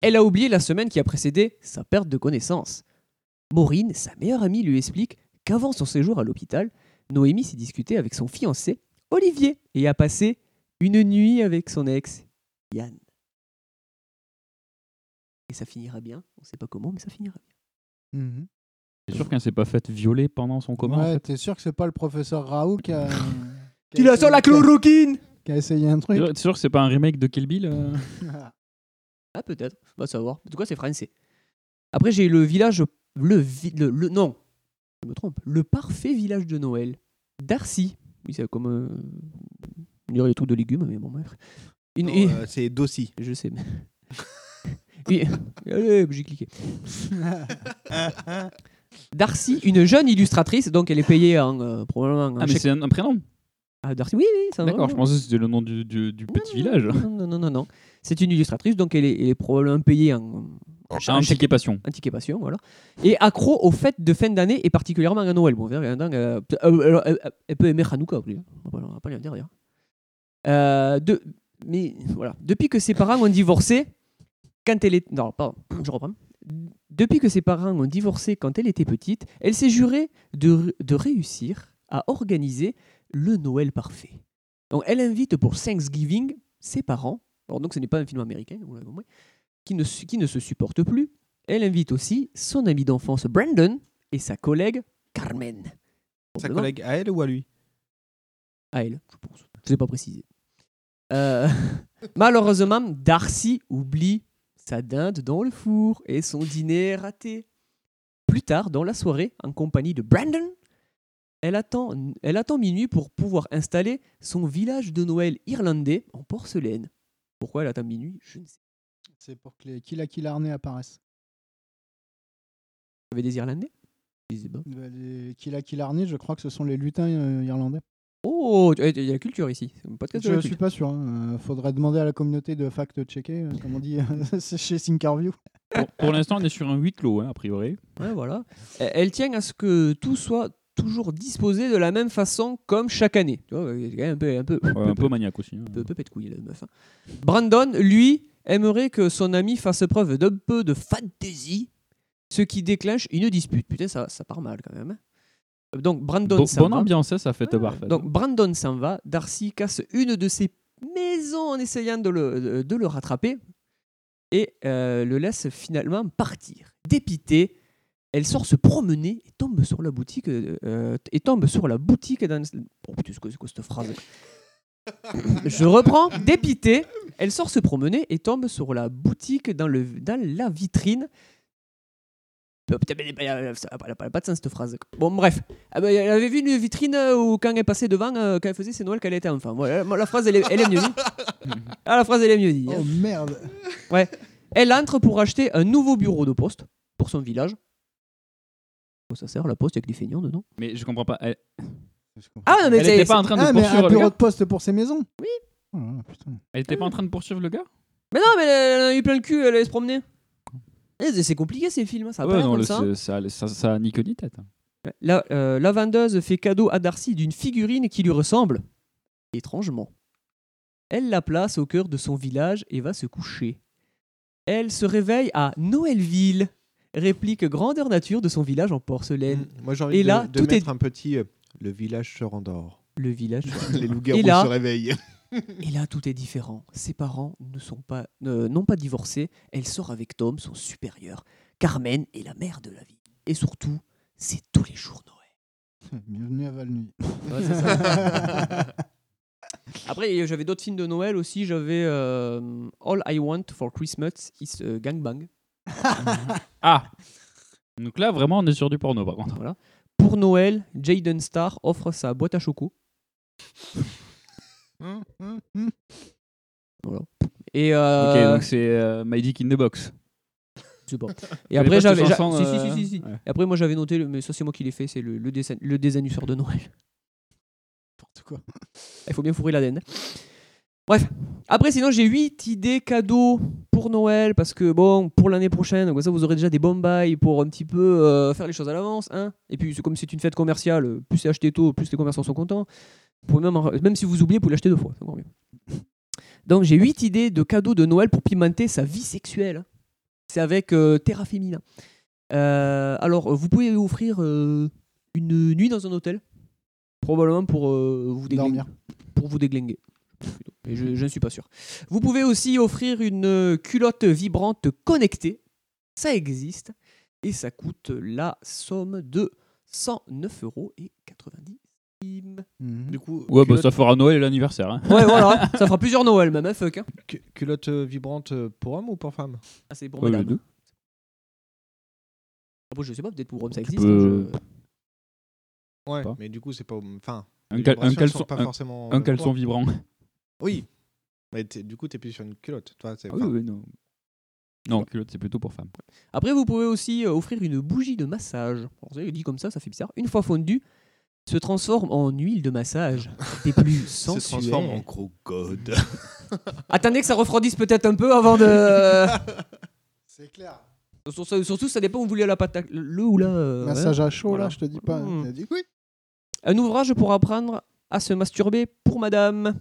L: Elle a oublié la semaine qui a précédé sa perte de connaissance. Maureen, sa meilleure amie, lui explique qu'avant son séjour à l'hôpital, Noémie s'est discutée avec son fiancé, Olivier, et a passé une nuit avec son ex, Yann. Et ça finira bien. On ne sait pas comment, mais ça finira bien. Mhm.
K: C'est sûr qu'elle s'est pas faite violer pendant son coma. en
J: ouais,
K: fait.
J: t'es sûr que c'est pas le professeur Raoult qui a.
L: Qui la sort la chloroquine
J: Qui a essayé un
K: T'es
J: truc.
K: sûr- t'es sûr que c'est pas un remake de Kill Bill euh
L: Ah, peut-être. On va savoir. En tout cas, c'est français. Après, j'ai le village. Le, vi- le, le- Non. Je me trompe. Le parfait village de Noël. Darcy. Oui, c'est comme. euh, On dirait les trucs de légumes, mais bon, bref.
I: Non, euh,
L: c'est Dossi. Je sais. mais- Oui, Allez, j'ai cliqué. Darcy, une jeune illustratrice, donc elle est payée en, euh, probablement. en
K: Ah, mais
L: chèque-
K: c'est un, un prénom
L: Ah, Darcy, oui, oui, c'est un
K: D'accord,
L: vrai
K: je
L: nom.
K: pensais que c'était le nom du, du- du petit village.
L: Non, non, non, non. non. C'est une illustratrice, donc elle est, elle est probablement payée en.
K: Ah, un ticket passion.
L: Un ticket passion, voilà. Et accro aux fêtes de fin d'année et particulièrement à Noël. Bon, vers un dingue, euh, peut- euh, alors, elle, elle peut aimer Hanouka, au plus. on va pas- on va pas lui en dire d'ailleurs. Euh, de, mais voilà. Depuis que ses parents ont divorcé, quand elle est. Non, pardon, je reprends. Depuis que ses parents ont divorcé quand elle était petite, elle s'est jurée de, de réussir à organiser le Noël parfait. Donc elle invite pour Thanksgiving ses parents, alors donc ce n'est pas un film américain, vous l'avez compris, qui ne, su- qui ne se supportent plus. Elle invite aussi son ami d'enfance Brandon et sa collègue Carmen.
I: Sa
L: Probablement
I: collègue à elle ou à lui
L: à elle, je pense. Je ne l'ai pas précisé. Euh, malheureusement, Darcy oublie sa dinde dans le four et son dîner est raté. Plus tard, dans la soirée, en compagnie de Brandon, elle attend, elle attend minuit pour pouvoir installer son village de Noël irlandais en porcelaine. Pourquoi elle attend minuit Je ne sais pas.
J: C'est pour que les Killa Killarney apparaissent.
L: Il y avait des Irlandais Je sais pas.
J: Bah, Les Killa Killarney, je crois que ce sont les lutins euh, irlandais.
L: Oh, tu- il y a la culture ici. C'est un podcast de
J: Je
L: la
J: suis
L: culture.
J: pas sûr. hein. Euh, Faudrait demander à la communauté de fact-checker, euh, comme on dit c'est chez Thinkerview.
K: Pour, pour l'instant, on est sur un huis clos, hein, a priori.
L: Ouais, voilà. Elle- Elle tient à ce que tout soit toujours disposé de la même façon comme chaque année. Tu vois, elle est quand même un peu, un peu,
K: Ouais, un peu maniaque aussi. hein.
L: Un peu, un peu pète couille, la meuf. hein. Brandon, lui, aimerait que son ami fasse preuve d'un peu de fantaisie, ce qui déclenche une dispute. Putain, ça, ça part mal quand même. hein. Donc Brandon
K: Bon-
L: s'en
K: bonne
L: va.
K: ambiance, hein, ça fait parfait.
L: Donc Brandon s'en va, Darcy casse une de ses maisons en essayant de le, de- de le rattraper et euh, le laisse finalement partir. Dépitée, elle sort se promener et tombe sur la boutique euh, et tombe sur la boutique d'un Oh putain, c'est quoi, c'est quoi cette phrase Je reprends. Dépitée, elle sort se promener et tombe sur la boutique dans, le, dans la vitrine euh, Putain, mais elle a- ça n'a pas, pas de sens cette phrase. Bon, bref. Ah bah, elle avait vu une vitrine euh, où, quand elle passait devant, euh, quand elle faisait ses Noël, qu'elle était enfant. Voilà, la- la phrase, elle est, elle est mieux dite. Ah, la phrase, elle est mieux dite.
J: Oh merde
L: Ouais. Elle entre pour acheter un nouveau bureau de poste pour son village. Oh, ça sert, la poste, avec des feignants dedans.
K: Mais je comprends pas. Elle...
L: Ah, non, mais
K: Elle
L: c'est-
K: était pas
L: c'est-
K: en train de
J: Ah, mais
K: poursuivre
J: un
K: le
J: bureau
K: gars
J: de poste pour ses maisons Oh,
L: Oui
K: Elle était pas en train de poursuivre le gars
L: Mais non, mais elle, elle a eu plein le cul, elle allait se promener. Eh, C'est c'est compliqué ces films, hein, ça a pas
K: Ah
L: l'air
K: Ouais, non,
L: comme
K: le-
L: ça.
K: c'est- ça, ça, ça a hein. ni queue ni tête.
L: La, euh, la vendeuse fait cadeau à Darcy d'une figurine qui lui ressemble étrangement. Elle la place au cœur de son village et va se coucher. Elle se réveille à Noëlville, réplique grandeur nature de son village en porcelaine.
I: Mm. Moi, j'ai envie
L: et
I: de,
L: là,
I: de
L: tout
I: mettre
L: est
I: un petit. euh, le village se rendort.
L: Le village.
I: Les loups-garous
L: Et là-
I: se réveillent.
L: Et là, tout est différent. Ses parents ne sont pas, euh, n'ont pas divorcé. Elle sort avec Tom, son supérieur. Carmen est la mère de la vie. Et surtout, c'est tous les jours Noël.
J: Bienvenue à Valnuy.
L: Ouais, c'est ça. Après, il y- j'avais d'autres films de Noël aussi. J'avais euh, All I Want for Christmas is euh, Gangbang.
K: Ah Donc là, vraiment, on est sur du porno, par contre.
L: Voilà. pour Noël, Jaden Star offre sa boîte à choco. Voilà. Et
K: Ok,
L: euh,
K: donc c'est euh, My Dick in the Box.
L: Je sais pas.
K: Les
L: Et après,
K: postes
L: j'avais. j'a-
K: chansons,
L: si,
K: euh,
L: si, si, si, si.
K: ouais.
L: Et après, moi, j'avais noté, le- mais ça, c'est moi qui l'ai fait, c'est le, le, dessin- le désannuaire de Noël. N'importe quoi. Il faut bien fourrer l'ADN. Bref. Après, sinon, j'ai 8 idées cadeaux pour Noël, parce que, bon, pour l'année prochaine, comme ça, vous aurez déjà des bons bails pour un petit peu euh, faire les choses à l'avance. Hein Et puis, c'est comme c'est une fête commerciale, euh, plus c'est acheté tôt, plus les commerçants sont contents. Vous pouvez même, en- même si vous oubliez, vous pouvez l'acheter deux fois. C'est encore mieux. Donc, j'ai 8 idées de cadeaux de Noël pour pimenter sa vie sexuelle. C'est avec euh, Terra Femina. Euh, alors, euh, vous pouvez offrir euh, une nuit dans un hôtel, probablement pour euh, vous déglinguer. Pour vous déglinguer. Mais je, je ne suis pas sûr. Vous pouvez aussi offrir une euh, culotte vibrante connectée. Ça existe. Et ça coûte la somme de 109,90 euros.
J: Mhm.
L: Du coup,
K: Ouais, bah
I: culotte-
K: ça fera Noël et l'anniversaire. hein.
L: Ouais, voilà, ça fera plusieurs Noël même, hein, fuck. Hein.
K: bah,
I: Cu- culotte euh, vibrante euh, pour homme ou pour femme
L: Ah, c'est pour
K: Ouais, les
L: madame.
K: deux.
L: Ah bon, je sais pas, peut-être pour Rome ça
I: Tu
L: existe.
K: peux-
L: hein, je-
I: Ouais, mais du coup, c'est pas. Enfin.
K: Un,
I: les
K: cal- un
I: vibrations
K: caleçon,
I: sont pas
K: un-
I: forcément,
K: un
I: euh,
K: caleçon
I: pour-
K: vibrant.
I: Oui. Mais t'es- du coup, t'es plus sur une culotte. Toi, c'est-
K: Ah oui,
I: enfin,
K: oui, non. Non, culotte, c'est plutôt pour femme.
L: Après, vous pouvez aussi euh, offrir une bougie de massage. Alors, vous savez, dit comme ça, ça fait bizarre. Une fois fondue, se transforme en huile de massage. Des plus sensuelles.
I: gros god.
L: Attendez que ça refroidisse peut-être un peu avant de.
J: C'est clair.
L: Sur- sur- Surtout, ça dépend où vous voulez la patate. Le ou la. euh,
J: Massage
L: voilà.
J: à chaud,
L: Voilà.
J: là, je te dis pas.
L: Mm.
J: T'as dit oui.
L: Un ouvrage pour apprendre à se masturber pour madame.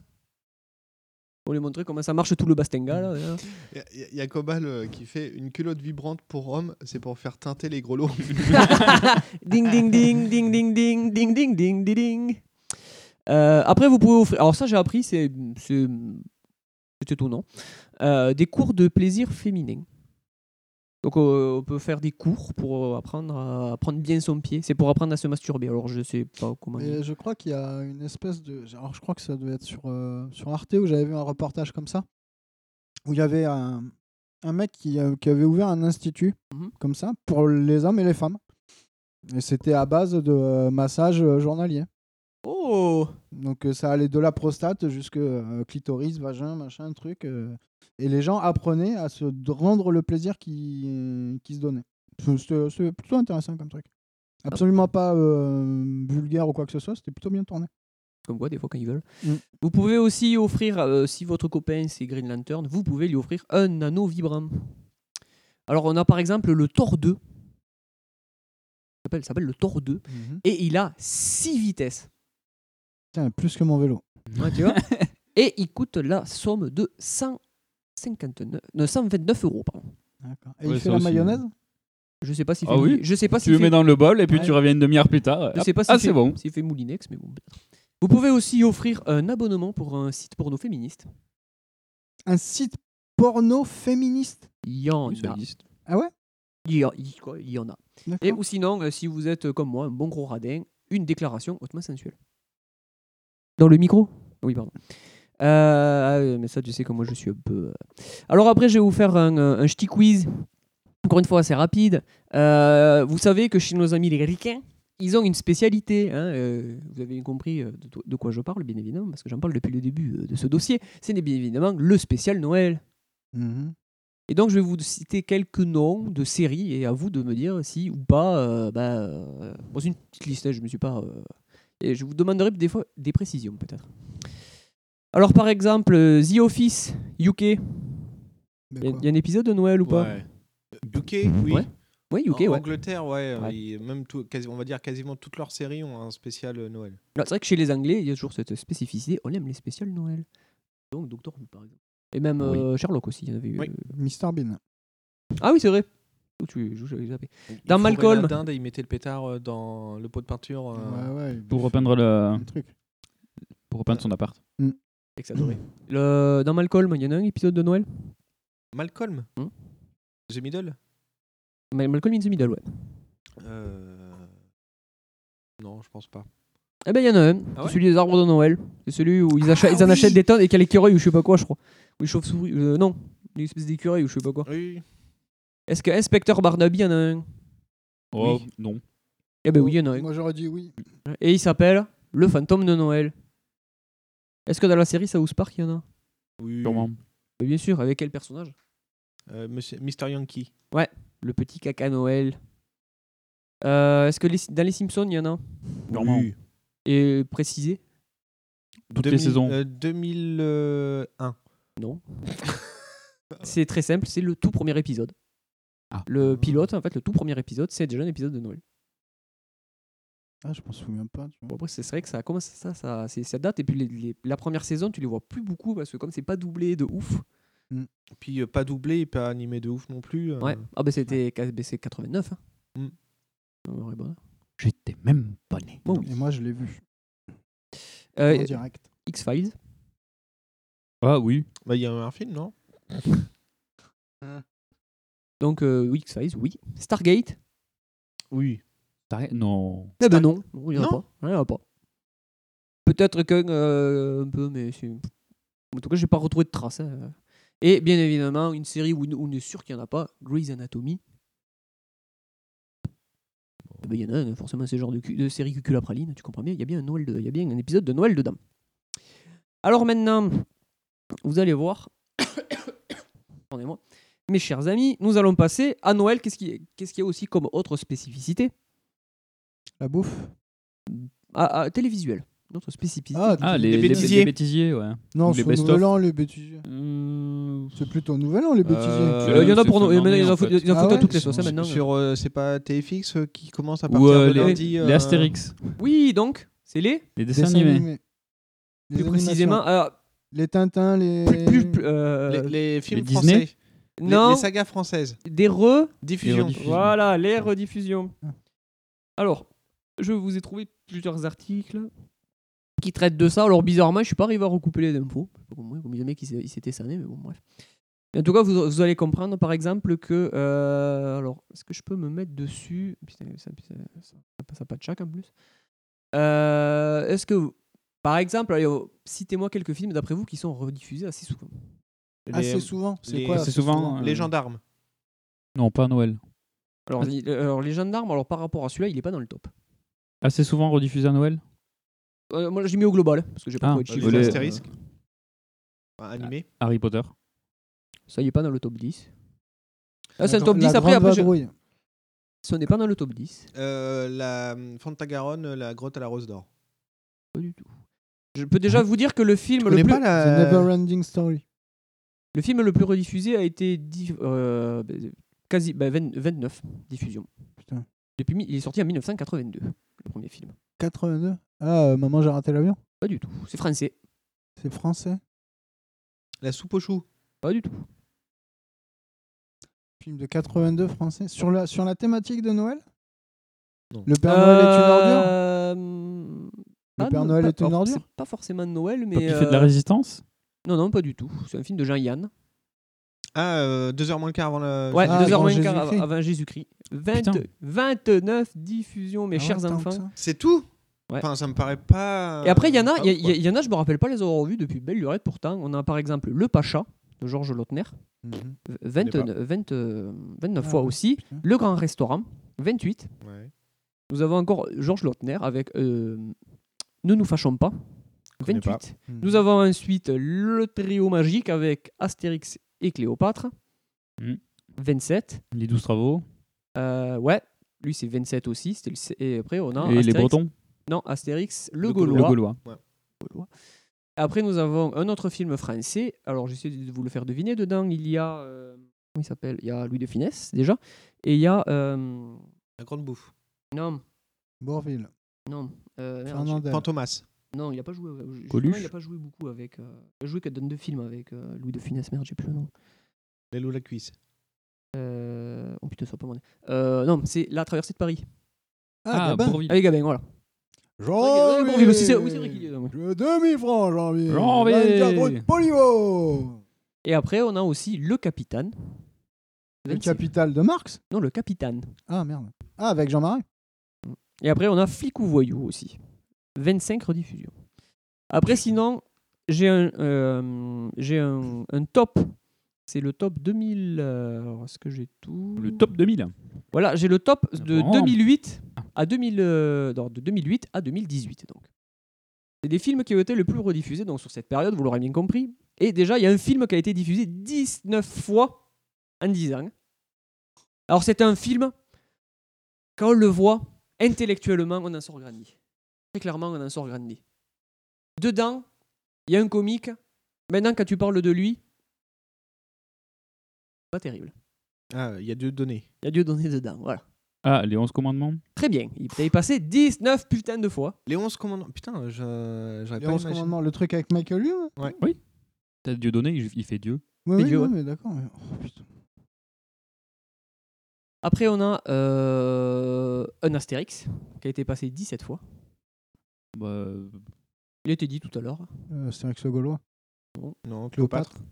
L: Pour lui montrer comment ça marche tout le bastinga. Là, hein. voilà.
I: Il y, a Cobal euh, qui fait une culotte vibrante pour homme, c'est pour faire teinter les grelots.
L: ding ding ding ding ding ding ding ding ding ding ding. Euh, après, vous pouvez offrir. Alors ça, j'ai appris, c'est c'est c'est étonnant. Euh, des cours de plaisir féminin. Donc euh, on peut faire des cours pour apprendre à prendre bien son pied. C'est pour apprendre à se masturber. Alors je sais pas comment.
J: Mais Euh, je crois qu'il y a une espèce de. Alors, je crois que ça devait être sur, euh, sur Arte où j'avais vu un reportage comme ça. Où il y avait un, un mec qui, euh, qui avait ouvert un institut,
L: Mmh.
J: comme ça, pour les hommes et les femmes. Et c'était à base de euh, massage euh, journalier.
L: Oh
J: Donc, euh, ça allait de la prostate jusque euh, clitoris, vagin, machin, truc. euh, et les gens apprenaient à se d- rendre le plaisir qui, qui se donnait. C'est- C'était c'était plutôt intéressant comme truc. Absolument pas euh, vulgaire ou quoi que ce soit, c'était plutôt bien tourné.
L: Comme quoi, des fois, quand ils veulent.
K: Mm.
L: Vous pouvez aussi offrir, euh, si votre copain c'est Green Lantern, vous pouvez lui offrir un anneau vibrant. Alors, on a par exemple le Thor 2. Ça s'appelle- ça s'appelle le Thor 2. Et il a 6 vitesses.
J: Tiens, plus que mon vélo.
L: Ouais, tu vois Et il coûte la somme de 159, non, 129 euros. Pardon.
J: Et il fait la mayonnaise
L: Je sais pas s'il
K: Ah
L: fait
K: oui
L: Je sais pas
K: Tu
L: s'il
K: le
L: fait-
K: mets dans le bol et puis
L: Ouais.
K: tu reviens une demi-heure plus tard.
L: Je
K: Hop.
L: sais pas s'il
K: ah,
L: fait-
K: c'est bon.
L: s'il fait Moulinex, mais bon. peut-être. Vous pouvez aussi offrir un abonnement pour un site porno féministe.
J: Un site porno féministe
L: Il y en
J: ça
L: a.
J: Ah ouais
L: il y, a- il- quoi, il y en a.
J: D'accord.
L: Et, ou sinon, euh, si vous êtes euh, comme moi, un bon gros radin, une déclaration hautement sensuelle. Dans le micro Oui, pardon. Euh, ah oui, mais ça, tu sais que moi, je suis un peu. euh. Alors après, je vais vous faire un, euh, un petit quiz. Encore une fois, assez rapide. Euh, vous savez que chez nos amis les Ricains, ils ont une spécialité. hein, euh, vous avez compris euh, de, de quoi je parle, bien évidemment, parce que j'en parle depuis le début euh, de ce dossier. C'est bien évidemment le spécial Noël.
J: Mmh
L: Et donc, je vais vous citer quelques noms de séries et à vous de me dire si ou pas. euh, bah, euh, bon, c'est une petite liste, hein, je me suis pas. euh, et je vous demanderai des fois des précisions, peut-être. Alors, par exemple, euh, The Office UK. Il y, a- il y a un épisode de Noël ou pas Mhm.
I: Ouais. UK, oui.
L: Ouais, Ouais,
I: en
L: UK, ouais.
I: Angleterre, ouais. euh,
L: Ouais.
I: ils- même tout, quasi- on va dire quasiment toutes leurs séries ont un spécial euh, Noël.
L: Alors, C'est vrai que chez les Anglais, il y a toujours cette spécificité on aime les spéciales Noël. Donc, Doctor Who, par exemple. Et même
J: Oui.
L: euh, Sherlock aussi, il y en avait eu. euh,
J: Mr Bean.
L: Ah oui, c'est vrai. Où tu je- j'avais zappé.
I: Ils
L: Dans
I: fourraient
L: Malcolm.
I: la dinde et ils mettaient le pétard euh, dans le pot de peinture. euh,
K: Pour repeindre le.
L: hein.
J: truc.
K: Pour repeindre son appart.
L: Et que ça adorait. Le- Dans Malcolm, il y en a un épisode de Noël
I: Malcolm The Middle
L: Ma- Malcolm in the Middle, ouais.
I: Euh, Non, je pense pas.
L: Eh ben, il y en a un.
I: Ah
L: C'est
I: ouais
L: celui des arbres de Noël. C'est celui où ils, achètent,
I: Ah
L: ils en
I: oui
L: achètent des tonnes et qu'il y a l'écureuil ou je sais pas quoi, je crois. Ou les chauves-souris. euh, non, une espèce d'écureuil ou je sais pas quoi.
I: Oui.
L: Est-ce que Inspecteur Barnaby en a un
K: Oh, non.
L: Eh ben oui, il y en a un.
J: Moi j'aurais dit oui.
L: Et il s'appelle Le fantôme de Noël. Est-ce que dans la série South Park, il y en a
I: Oui.
L: Mais Bien sûr, avec quel personnage
I: Euh, monsieur, Mr. Yankee.
L: Ouais, le petit caca Noël. Euh, Est-ce que les- dans les Simpsons, il y en a un
K: Sûrement. Oui.
L: Et précisé
K: Toutes les saisons.
I: euh, 2001.
L: Non. c'est très simple, c'est le tout premier épisode.
I: Ah.
L: Le pilote, en fait, le tout premier épisode, c'est déjà un épisode de Noël.
J: Ah, je m'en souviens pas. tu
L: Bon, après, c'est c'est vrai que ça commence, ça, ça, c'est- ça date. Et puis, les- les- la première saison, tu les vois plus beaucoup parce que, comme c'est pas doublé de ouf.
I: Puis euh, pas doublé, pas animé de ouf non plus. euh.
L: Ouais. Ah, ben c'était ca- ben, c'est 89. Hein.
I: Mm.
L: Ah, ouais, bon.
K: J'étais même pas né.
L: Moi,
J: vois. Et moi je l'ai vu.
L: Euh,
J: En direct.
L: X-Files.
K: Ah oui.
I: Bah, il y a eu un film, non
L: Donc, euh, oui, X-Files, oui. Stargate.
I: Oui.
K: Non.
L: Eh ben non, il n'y en a
K: Non.
L: pas. Il y en a pas. Peut-être que euh, un peu, mais c'est- en tout cas, j'ai pas retrouvé de traces. hein. Et bien évidemment, une série où, où on est sûr qu'il n'y en a pas, Grey's Anatomy. Eh ben, Il y en a un, forcément, c'est genre de, cu- de série cucul à praline, tu comprends bien, il y, a bien un Noël de- il y a bien un épisode de Noël dedans. Alors maintenant, vous allez voir, Pardonnez-moi. mes chers amis, nous allons passer à Noël. Qu'est-ce qui- qu'est-ce qu'il y a aussi comme autre spécificité
J: La bouffe
L: à, à- télévisuel. Notre spécificité.
J: Ah,
K: Ah, les, les bêtisiers. Les bêtisiers, ouais.
J: Non,
K: Ou les
J: c'est au
K: best-of.
J: Nouvel An, les bêtisiers. C'est plutôt au Nouvel An, les bêtisiers.
K: Euh, il y en a pour nous. Il y en a foutu- il y en a
J: Ah
K: foutu à
J: ouais
K: toutes les sauces, hein,
I: Sur-
K: maintenant.
I: Sur, euh, c'est pas TFX euh, qui commence à
K: Ou,
I: partir
K: euh,
I: de
K: les-
I: lundi.
K: les
I: euh,
K: Astérix. Oui, donc, c'est les. Les
J: Dessins
K: dessins animés.
J: animés. Les
L: Plus
J: animations.
L: précisément, euh, alors-
J: les Tintins, les.
K: euh,
I: les, les films
L: les Disney
I: français. Les-
L: euh, Non.
I: Les, sagas françaises.
L: Des re.
I: Diffusion. Des rediffusions.
L: Voilà, les rediffusions. Alors, je vous ai trouvé plusieurs articles qui traitent de ça. Alors, bizarrement, je suis pas arrivé à recouper les infos. Je sais pas comment- Combien de mecs ils s'est- ils s'étaient sanés, mais bon, bref. En tout cas, vous, vous allez comprendre, par exemple, que. euh, alors, est-ce que je peux me mettre dessus Putain, ça, ça, ça, ça- ça pas de chac en plus. Euh, est-ce que. vous- Par exemple, allez, oh, citez-moi quelques films d'après vous qui sont rediffusés assez souvent. Ah,
J: Assez souvent. Ah, C'est
I: les- euh,
J: quoi
K: assez souvent, euh,
I: Les gendarmes.
K: Non, pas à Noël.
L: Alors, il- alors, les gendarmes, alors par rapport à celui-là, il est pas dans le top.
K: Assez souvent rediffusé à Noël
L: Euh, moi, j'ai mis au global, parce que j'ai pas
K: Ah,
L: trouvé de
K: bah,
L: chiffre.
K: les
I: Astérisques.
L: Ah.
I: Enfin, animé.
K: Harry Potter.
L: Ça, il est pas dans le top 10. Ah, c'est
J: La
L: le top
J: grande-
L: 10,
J: la
L: après,
J: grande
L: après. je-
J: vadrouille.
L: Ce n'est pas dans le top 10.
I: Euh, la euh, Fantagaronne, euh, la grotte à la rose d'or.
L: Pas du tout. Je peux
J: Hein
L: déjà vous dire que le film le
I: connais
L: plus.
I: pas la-
J: The Neverending Story.
L: Le film le plus rediffusé a été diff- euh, bah, quasi bah, 20 29 diffusions.
J: Putain.
L: Depuis, mi- il est sorti en 1982, le premier film.
J: 82. Ah, euh, maman, j'ai raté l'avion.
L: Pas du tout. C'est français.
J: C'est français.
I: La soupe aux choux.
L: Pas du tout.
J: Film de 82 français. Sur la, sur la thématique de Noël
I: Non.
J: Le Père Noël est une ordure
L: Euh,
J: Le
L: pas
J: Père
L: no-
J: Noël
L: pas-
J: est une
L: alors,
J: ordure
L: C'est pas forcément de Noël, mais.
K: Papy fait de la
L: euh,
K: résistance
L: Non, non, pas du tout. C'est un film de Jean-Yann.
I: Ah, 2h moins le quart avant la.
L: Ouais,
I: Ah,
L: 2 h
I: avant
L: moins le quart av-
I: Jésus-Christ.
L: avant Jésus-Christ.
I: Putain.
L: 20 29 diffusions, mes
I: Ah ouais,
L: chers
I: tant que
L: enfants.
I: ça. C'est tout
L: Ouais.
I: Enfin, ça me paraît pas.
L: Et après, il y en a,
I: pas
L: il y,
I: ouf, quoi.
L: a- il y en a, je me rappelle pas les avoir vus depuis belle lurette. Pourtant, on a par exemple Le Pacha de Georges Lautner,
I: Mhm.
L: vingt-
I: Je connais
L: vingt- euh, 29
I: Ah
L: fois
I: ouais,
L: aussi.
I: putain.
L: Le Grand Restaurant, 28.
I: Ouais.
L: Nous avons encore Georges Lautner avec euh, Ne nous fâchons pas,
I: connais
L: 28.
I: pas.
L: Nous
J: Mmh.
L: avons ensuite le trio magique avec Astérix et Cléopâtre,
K: Mhm.
L: 27.
K: Les 12 travaux.
L: Euh, ouais, lui c'est 27 aussi. c'était le c- Et après, on a.
K: Et les
L: Ah, Astérix-
K: Bretons
L: Non, Astérix, le,
K: Le
L: Gaulois.
K: Gaulois. Le Gaulois.
I: Ouais.
L: Gaulois. Après, nous avons un autre film français. Alors, j'essaie de vous le faire deviner. Dedans, il y a. euh, comment il s'appelle Il y a Louis de Finesse, déjà. Et il y a. euh,
I: La grande bouffe.
L: non,
J: Bourville.
L: non. euh, merde,
J: Fernandel.
I: Fantomas.
L: j'ai- Non, il n'a pas joué. euh, justement,
I: Coluche.
L: Il n'a pas joué beaucoup avec. euh, Il a joué que dans deux films avec euh, Louis de Finesse. Merde, j'ai plus le nom.
I: Lélo la cuisse.
L: Euh, Oh putain, ça va pas m'en aller. Euh, non, c'est La Traversée de Paris.
J: Ah,
K: Ah,
J: Gabin.
K: Bourville.
L: Avec Gabin, voilà.
J: Jean-Louis.
L: Ouais, Bourville aussi, c'est- Oh, oui, c'est vrai qu'il y est, donc.
J: Je demi-franc, Jean-Louis.
K: Jean-Louis.
J: 24 route Poliveau.
L: Et après, on a aussi Le Capitaine.
J: Le
L: 26.
J: capital de Marx
L: Non, Le Capitaine.
J: Ah, merde. Ah, avec Jean Marais
L: Et après, on a Flic ou Voyou aussi. 25 rediffusions. Après, sinon, j'ai un, euh, j'ai un, un top. C'est le top 2000. euh, alors, Est-ce que j'ai tout
K: Le top 2000.
L: Voilà, j'ai le top de
K: Ah bon
L: 2008 à 2000, euh, non, de 2008 à 2018. Donc. C'est des films qui ont été le plus rediffusés donc, sur cette période, vous l'aurez bien compris. Et déjà, il y a un film qui a été diffusé 19 fois en 10 ans. Alors, c'est un film, quand on le voit, intellectuellement, on en sort grandi. Très clairement, on en sort grandi. Dedans, il y a un comique. Maintenant, quand tu parles de lui, pas terrible.
I: Ah, il y a Dieu donné.
L: Il y a Dieu donné dedans, voilà.
K: Ah, les 11 commandements
L: Très bien. Il t'avait passé 19 putains de fois.
I: Les 11 commandements. Putain, je- j'aurais
J: Les
I: pas
J: 11
I: imaginé.
J: commandements, le truc avec Michael Youn
I: Ouais.
K: Oui. T'as Dieu donné, il il fait Dieu.
J: Oui,
L: Et
J: oui,
L: Dieu,
J: non,
L: ouais.
J: mais d'accord. mais- oh, putain.
L: Après, on a euh, un Astérix qui a été passé 17 fois.
K: Bah,
L: Il a été dit tout à l'heure.
J: Euh, Astérix le Gaulois.
I: Non, Cléopâtre.
J: Cléopâtre.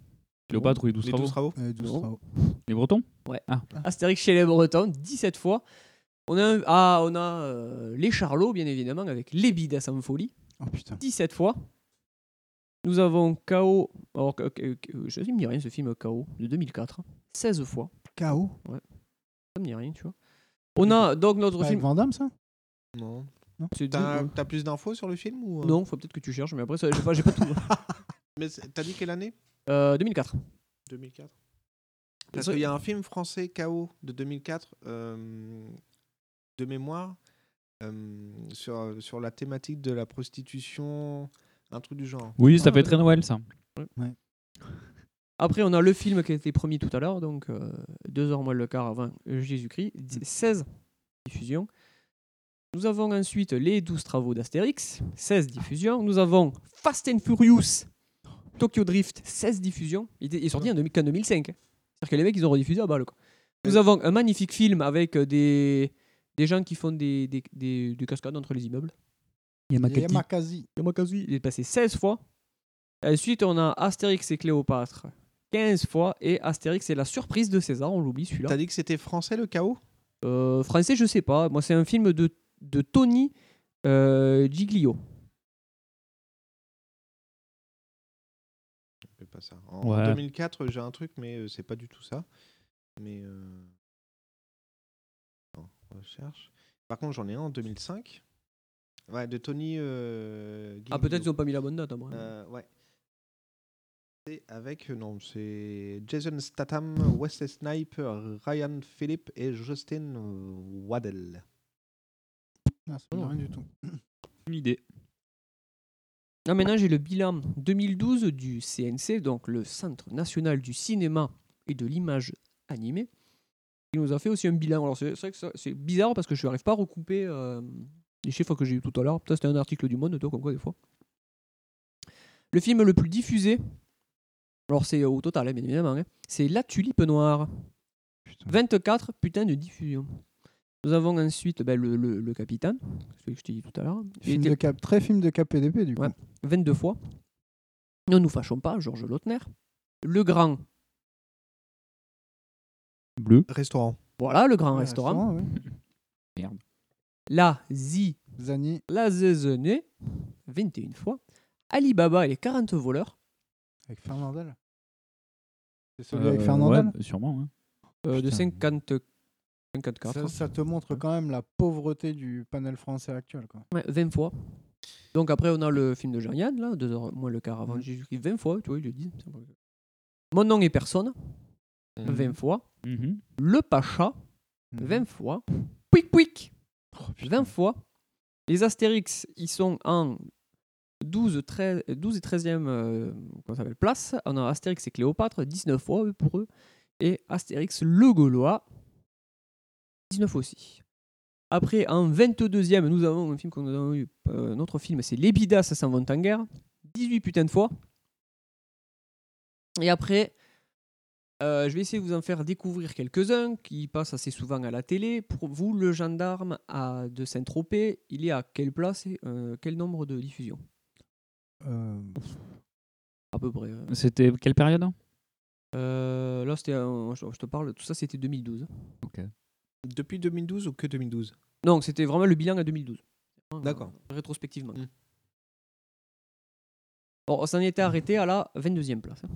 K: Cléopâtre ou les 12 travaux.
J: Euh, douze
L: Non.
J: travaux.
K: Les Bretons
L: Ouais. Astérix chez les Bretons, 17 fois. On a, un- ah, on a euh, les Charlots, bien évidemment, avec les Bidas en folie.
J: Oh putain.
L: 17 fois. Nous avons KO. Alors, que- que- que- je ne me dis rien ce film KO de 2004. 16 hein. fois.
J: KO
L: Ouais. Ça me dit rien, tu vois. On a donc notre
J: Pas Avec
L: film.
J: Van Damme, ça
I: Non.
L: C'est
I: T'as
L: deux,
I: t'as plus d'infos sur le film ou euh,
L: Non, faut peut-être que tu cherches, mais après, ça- j'ai pas, j'ai pas tout. hein.
I: Mais c'est- t'as dit quelle année
L: Euh, 2004.
I: 2004. Parce
L: Ça-
I: qu'il y a un film français KO de 2004 euh, de mémoire euh, sur, sur la thématique de la prostitution, un truc du genre.
K: Oui,
J: Ah,
K: ça fait très Noël, ça.
L: Après, on a le film qui a été promis tout à l'heure, donc 2 heures moins le quart avant Jésus-Christ,
I: Mm.
L: dix- 16 diffusions. Nous avons ensuite les 12 travaux d'Astérix, 16 diffusions. Nous avons Fast and Furious, Tokyo Drift, 16 diffusions. Il était- il est sorti en 2000 qu'en 2005. C'est-à-dire que les mecs, ils ont rediffusé à balle. quoi. Nous avons un magnifique film avec euh, des, des gens qui font des, des, des- des cascades entre les immeubles.
J: Yamakasi.
L: Yamakasi, il est passé 16 fois. Ensuite, on a Astérix et Cléopâtre 15 fois. Et Astérix et la surprise de César, on l'oublie celui-là.
I: T'as dit que c'était français le KO
L: Euh, français, je sais pas. Moi, c'est un film de, de Tony euh, Giglio.
I: Je fais pas ça. En, en
K: Ouais.
I: 2004, j'ai un truc, mais euh, c'est pas du tout ça. Mais. euh, attends, recherche. Par contre, j'en ai un en 2005. Ouais, de Tony. euh,
L: Ah, peut-être ils
I: Giglio.
L: ont pas mis la bonne note. hein, moi.
I: Euh,
J: Mm.
I: ouais. C'est avec. euh, Non, c'est Jason Statham, Wesley Snipe, Ryan Phillip et Justin euh, Waddell.
J: Non, ça me dit
L: Oh.
J: rien du tout.
K: Une idée.
L: Non, maintenant, j'ai le bilan 2012 du CNC, donc le Centre National du Cinéma et de l'Image Animée. Il nous a fait aussi un bilan. Alors, c'est c'est vrai que ça- c'est bizarre parce que je n'arrive pas à recouper euh, les chiffres que j'ai eu tout à l'heure. Putain, c'était un article du Monde, toi, comme quoi, des fois. Le film le plus diffusé, alors c'est au total, hein, bien évidemment, hein, c'est La Tulipe Noire. 24 putains de diffusion. Nous avons ensuite ben, le, le- le Capitaine, celui que je t'ai dit tout à l'heure. Il
J: Film
L: était-
J: de cap, très film de cap PDP, du coup.
L: Ouais. 22 fois. Ne nous fâchons pas, Georges Lautner. Le Grand,
K: Bleu.
I: Restaurant.
L: voilà, le Grand
J: Ouais,
L: Restaurant.
J: restaurant, ouais.
K: Merde.
L: La Zi,
J: Zani.
L: la Zezene, 21 fois. Alibaba et les 40 voleurs,
J: Avec Fernandel. C'est celui
K: Euh,
J: avec Fernandel
K: ouais, sûrement. hein.
L: euh, de
K: Putain.
L: 50... 54.
J: ça, ça te montre quand même la pauvreté du panel français actuel. Quoi.
L: Ouais, 20 fois. Donc après, on a le film de Jean-Yann, là, 2 heures moins le quart avant Jésus-Christ, 20 fois, tu vois, ils le disent. Mon nom est personne,
J: Mmh.
L: 20 fois.
K: Mhm.
L: Le Pacha,
J: Mhm.
L: 20 fois. Pouic Pouic, 20 fois. Les Astérix, ils sont en 12, 13, 12 et 13e euh, comment ça s'appelle, place. On a Astérix et Cléopâtre, 19 fois eux, pour eux. Et Astérix le Gaulois, 19 aussi. Après, en 22e, nous avons un film qu'on a eu. euh, notre film, c'est Les Bidas, ça s'en vente en guerre. 18 putains de fois. Et après, euh, je vais essayer de vous en faire découvrir quelques-uns qui passent assez souvent à la télé. Pour vous, le gendarme à- de Saint-Tropez, il est à quelle place et euh, quel nombre de diffusions
J: Euh,
L: À peu près. euh.
K: C'était quelle période
L: Euh, là, c'était, en- je je te parle, tout ça c'était 2012.
K: Ok.
I: Depuis 2012 ou que 2012
L: Non, c'était vraiment le bilan à 2012. Vraiment,
I: D'accord.
L: euh, Rétrospectivement.
I: Mm.
L: Bon, on s'en était arrêté à la 22e place. hein.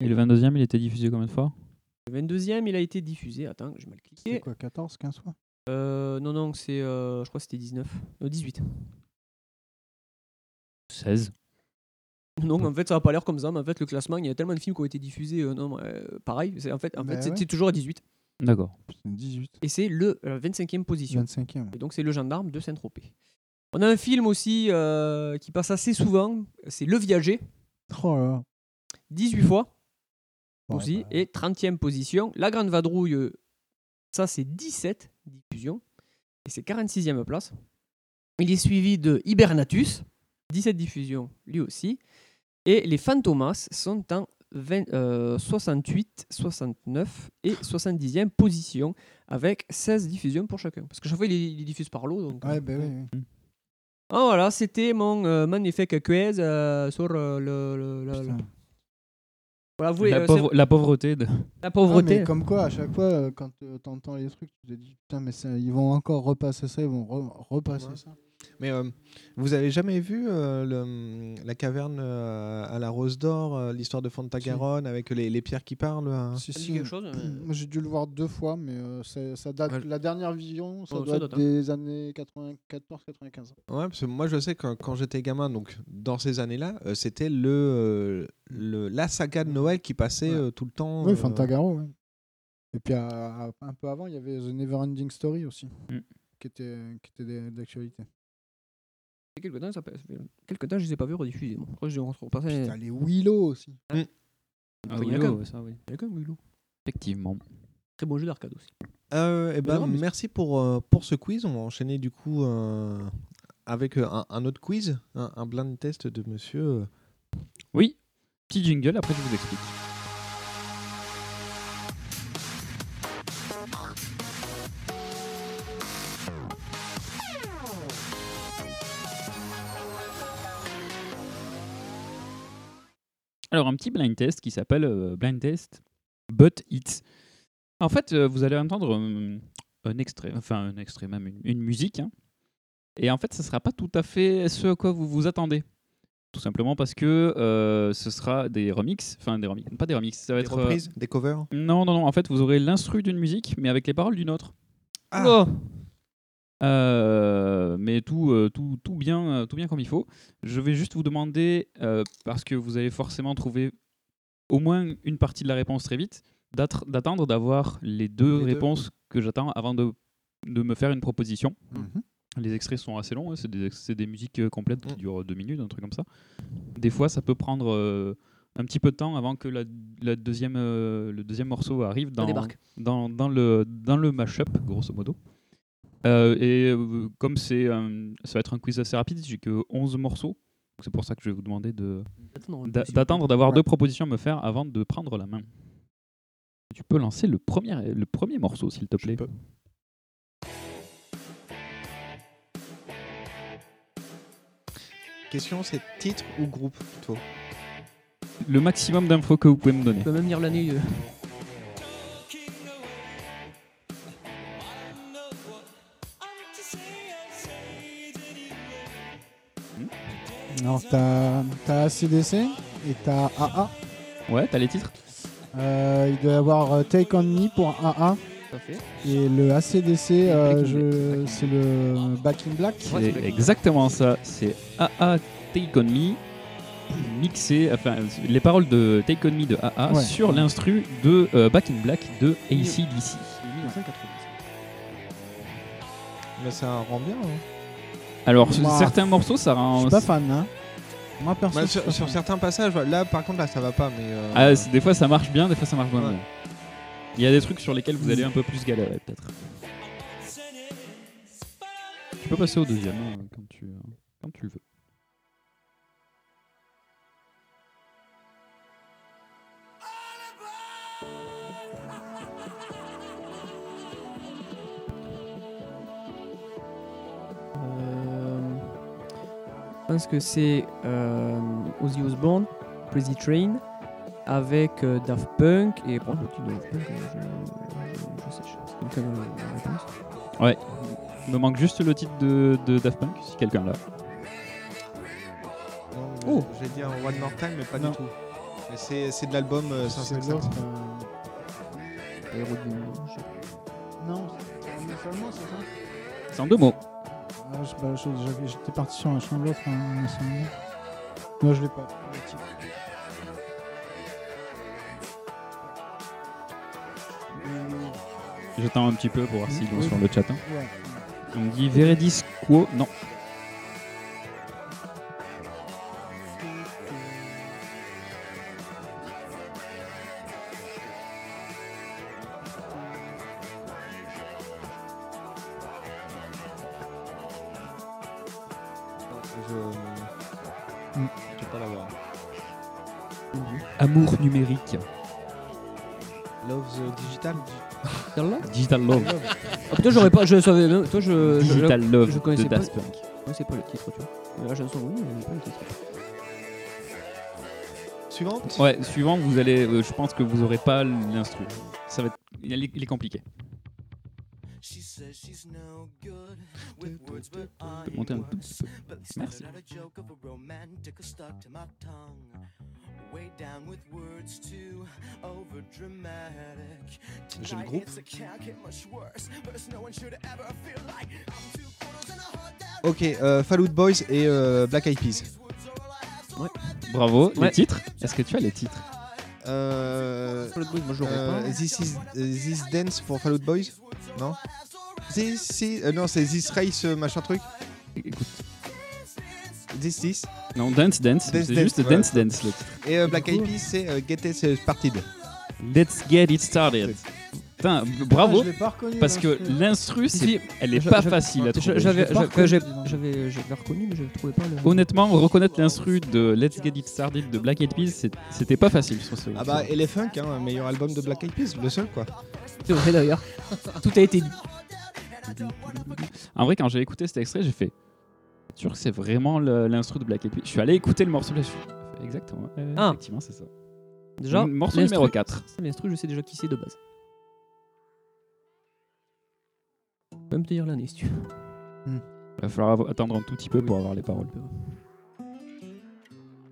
K: Et le 22e, il était diffusé combien de fois
L: Le 22e, il a été diffusé. Attends, je vais mal cliquer.
J: C'est quoi, 14, 15 fois
L: Euh, non, non, c'est. euh, je crois que c'était Euh, 19. Non, 18.
K: 16.
L: Non, mais en fait, ça n'a pas l'air comme ça. Mais en fait, le classement, il y a tellement de films qui ont été diffusés. euh, non, euh, pareil. C'est, en fait, en
K: Bah
L: fait
K: ouais.
L: c'était toujours à 18.
K: D'accord.
L: 18. Et c'est le la 25e position.
J: 25e.
L: Et donc, c'est Le Gendarme de Saint-Tropez. On a un film aussi euh, qui passe assez souvent. C'est Le Viager,
J: Oh là là.
L: 18 fois aussi.
J: bah
L: Et 30e position. La Grande Vadrouille, euh, ça, c'est 17 diffusions. Et c'est 46e place. Il est suivi de Hibernatus, 17 diffusions lui aussi. Et les Fantomas sont en 20, euh, 68, 69 et 70e position avec 16 diffusions pour chacun. Parce que chaque fois, il les, il les diffuse par lot. Donc, euh.
J: Ouais, bah oui, oui.
L: Ah, voilà, c'était mon euh, magnifique quiz euh, sur euh, le. le- le- le- Voilà, vous,
K: La
L: euh,
K: pauvre-
L: c'est-
K: la pauvreté de-
L: La
J: Ah,
L: pauvreté.
J: mais comme quoi, à chaque fois, euh, quand euh, t'entends les trucs, tu te dis putain, mais ça, ils vont encore repasser ça, ils vont re- repasser ça.
I: Mais euh, vous avez jamais vu euh, le- la caverne euh, à la Rose d'Or, euh, l'histoire de Fantagarone avec les, les pierres qui parlent hein
J: Si, si. euh, Moi, j'ai dû le voir deux fois, mais euh, c'est- ça date, la dernière vision, ça
I: Oh, ça
J: doit
I: date,
J: être
I: hein.
J: des années 94-95.
I: Ouais, parce que moi je sais que quand j'étais gamin, donc dans ces années-là, euh, c'était le, euh, le- la saga de Noël qui passait euh, tout le temps.
J: Oui,
I: euh,
J: Fantagaro, oui. Et puis à- à- un peu avant, il y avait The Neverending Story aussi,
K: Mm.
J: qui était, qui était des- d'actualité.
L: Il y a quelques temps, ça fait- ça fait quelques temps, je ne les ai pas vus rediffuser. Bon, après, je les repassais.
J: Putain, les Willow aussi.
K: Ah,
L: il y en a
K: Willow,
L: quand même.
K: ça, oui.
L: Il y en a quand même, Willow.
K: Effectivement.
L: Très bon jeu d'arcade aussi.
I: Euh, eh
L: Mais
I: ben,
L: non, mais-
I: Merci pour, euh, pour ce quiz. On va enchaîner du coup euh, avec euh, un, un autre quiz, un, un blind test de monsieur. euh,
K: Oui, petit jingle, après je vous explique. Alors, un petit blind test qui s'appelle euh, Blind Test But It. En fait, euh, vous allez entendre euh, un extrait, enfin un extrait, même une, une musique. hein. Et en fait, ça ne sera pas tout à fait ce à quoi vous vous attendez. Tout simplement parce que euh, ce sera des remixes, enfin des remixes, pas des remixes, ça va
I: Des
K: être. euh,
I: reprises, des covers
K: Non, non, non, en fait, vous aurez l'instru d'une musique, mais avec les paroles d'une autre.
I: Ah.
K: Euh, mais tout, euh, tout, tout, bien, euh, tout bien comme il faut. Je vais juste vous demander, euh, parce que vous allez forcément trouver au moins une partie de la réponse très vite, d'attre- d'attendre d'avoir les deux
I: Les deux.
K: réponses que j'attends avant de, de me faire une proposition.
J: Mhm.
K: Les extraits sont assez longs, hein, c'est des, c'est des musiques euh, complètes qui durent deux minutes, un truc comme ça. Des fois, ça peut prendre euh, un petit peu de temps avant que la, la deuxième, euh, le deuxième morceau arrive dans,
L: débarque.
K: dans, dans le, dans le mashup, grosso modo. Euh, et euh, comme c'est euh, ça va être un quiz assez rapide, j'ai que 11 morceaux. donc C'est pour ça que je vais vous demander de-
L: D'attendre,
K: d'a-
L: s'il vous
K: d'attendre
L: plaît.
K: d'avoir
L: Ouais.
K: deux propositions à me faire avant de prendre la main. Tu peux lancer le premier, le premier morceau, s'il te plaît.
I: Question c'est titre ou groupe plutôt
K: Le maximum d'infos que vous pouvez me donner.
L: Tu peux même lire l'année. euh.
J: Alors, t'as as ACDC et t'as AA.
K: Ouais, t'as les titres
J: Euh, il doit y avoir euh, Take On Me pour AA.
K: Tout à fait.
J: Et le ACDC, euh, je- c'est le Back in Black.
K: C'est exactement ça. C'est AA Take On Me mixé, enfin les paroles de Take On Me de AA
J: Ouais.
K: sur l'instru de euh, Back in Black de ACDC.
I: Mais ça rend bien. hein.
K: Alors sur
I: Moi,
K: certains morceaux ça rend...
J: Je suis pas fan, hein. Moi, perso,
I: Bah,
J: je suis
I: sur,
J: pas
I: sur
J: fan.
I: certains passages, là par contre là ça va pas, mais. euh,
K: Ah, c'est- des fois ça marche bien, des fois ça marche moins
I: Ouais.
K: bien. Il y a des trucs sur lesquels vous allez un peu plus galérer peut-être. Tu peux passer au deuxième hein, quand tu, quand tu le veux.
L: Euh, Je pense que c'est euh, Ozzy Osbourne, Crazy Train, avec euh, Daft Punk et bon, le titre de Daft Punk, euh, je, je- je sais, je sais pas quelle est la réponse.
K: Ouais. Il me manque juste le titre de, de Daft Punk si quelqu'un
I: non,
K: l'a.
I: mais euh,
K: Oh.
I: Je vais dire One More Time, mais pas du tout. Mais c'est c'est de l'album euh, 557.
J: Non, c'est- seulement, c'est ça
K: C'est en deux mots.
J: Ah, je- bah, je- j'avais- J'étais parti sur un champ de l'autre. hein, c'est un nom. Moi, je l'ai pas. le titre.
K: J'attends un petit peu pour voir s'ils l'ont sur le chat. hein.
J: Ouais.
K: On me dit Veredis Quo. Non.
I: euh, Je. Je peux pas l'avoir.
K: Amour numérique.
I: Love the digital.
L: Digital Love
K: Digital Love.
L: Ah putain, j'aurais pas. Je savais même. Toi, Euh, je. je-
K: Digital
L: je-
K: Love
L: je connaissais
K: de
L: pas.
K: Daft Punk.
L: Ouais, c'est pas le titre, tu vois. Mais Là, j'ai un son, oui, mais pas le titre.
I: Suivante
K: Ouais, suivant, vous allez. euh, je pense que vous aurez pas l'instru. Ça va être. Il est, il est compliqué.
O: On
K: peut monter un tout petit peu. Merci.
O: J'ai le groupe.
I: Ok, euh, Fall Out Boys et euh, Black Eyed Peas.
K: Bravo.
I: Ouais.
K: Les titres Est-ce que tu as les titres
I: Euh,
L: l'aurais
I: euh,
L: pas.
I: this, is, euh, this Dance pour Fall Out Boys Non This is- euh, Non, c'est This Race euh, machin truc
K: Écoute.
I: This This.
K: Non, Dance Dance.
I: Dance
K: C'est
I: Dance,
K: juste
I: voilà.
K: Dance Dance le titre.
I: Et euh, Black Eyed Peas, c'est euh, Get It Started.
K: Let's get it started. Putain, b- bravo.
I: Ah, je l'ai pas reconnu,
K: parce que
I: l'instru.
K: l'instru, c'est-
L: Si.
K: elle est
L: Je-
K: pas
L: je-
K: facile à
L: je-
K: trouver.
L: J'avais j'avais- j'avais- j'avais reconnu, mais je trouvais pas le.
K: Honnêtement, reconnaître l'instru de Let's Get It Started de Black Eyed Peas, c'est- c'était pas facile sur ce.
I: Ah bah, et les Funk, hein, meilleur album de Black Eyed Peas, le seul quoi.
L: C'est vrai d'ailleurs. Tout a été dit.
K: En vrai, quand j'ai écouté cet extrait, j'ai fait. T'es sûr que c'est vraiment le- l'instru de Black Eyed Peas Je suis allé écouter le morceau là. je suis- Exactement. euh,
L: Ah.
K: Effectivement, c'est ça.
L: Déjà,
K: Le morceau
L: l'instru-
K: numéro 4.
L: L'instru, je sais déjà qui c'est de base. Je peux même te dire l'année si tu veux.
K: Il va falloir av- attendre un tout petit peu pour avoir les paroles.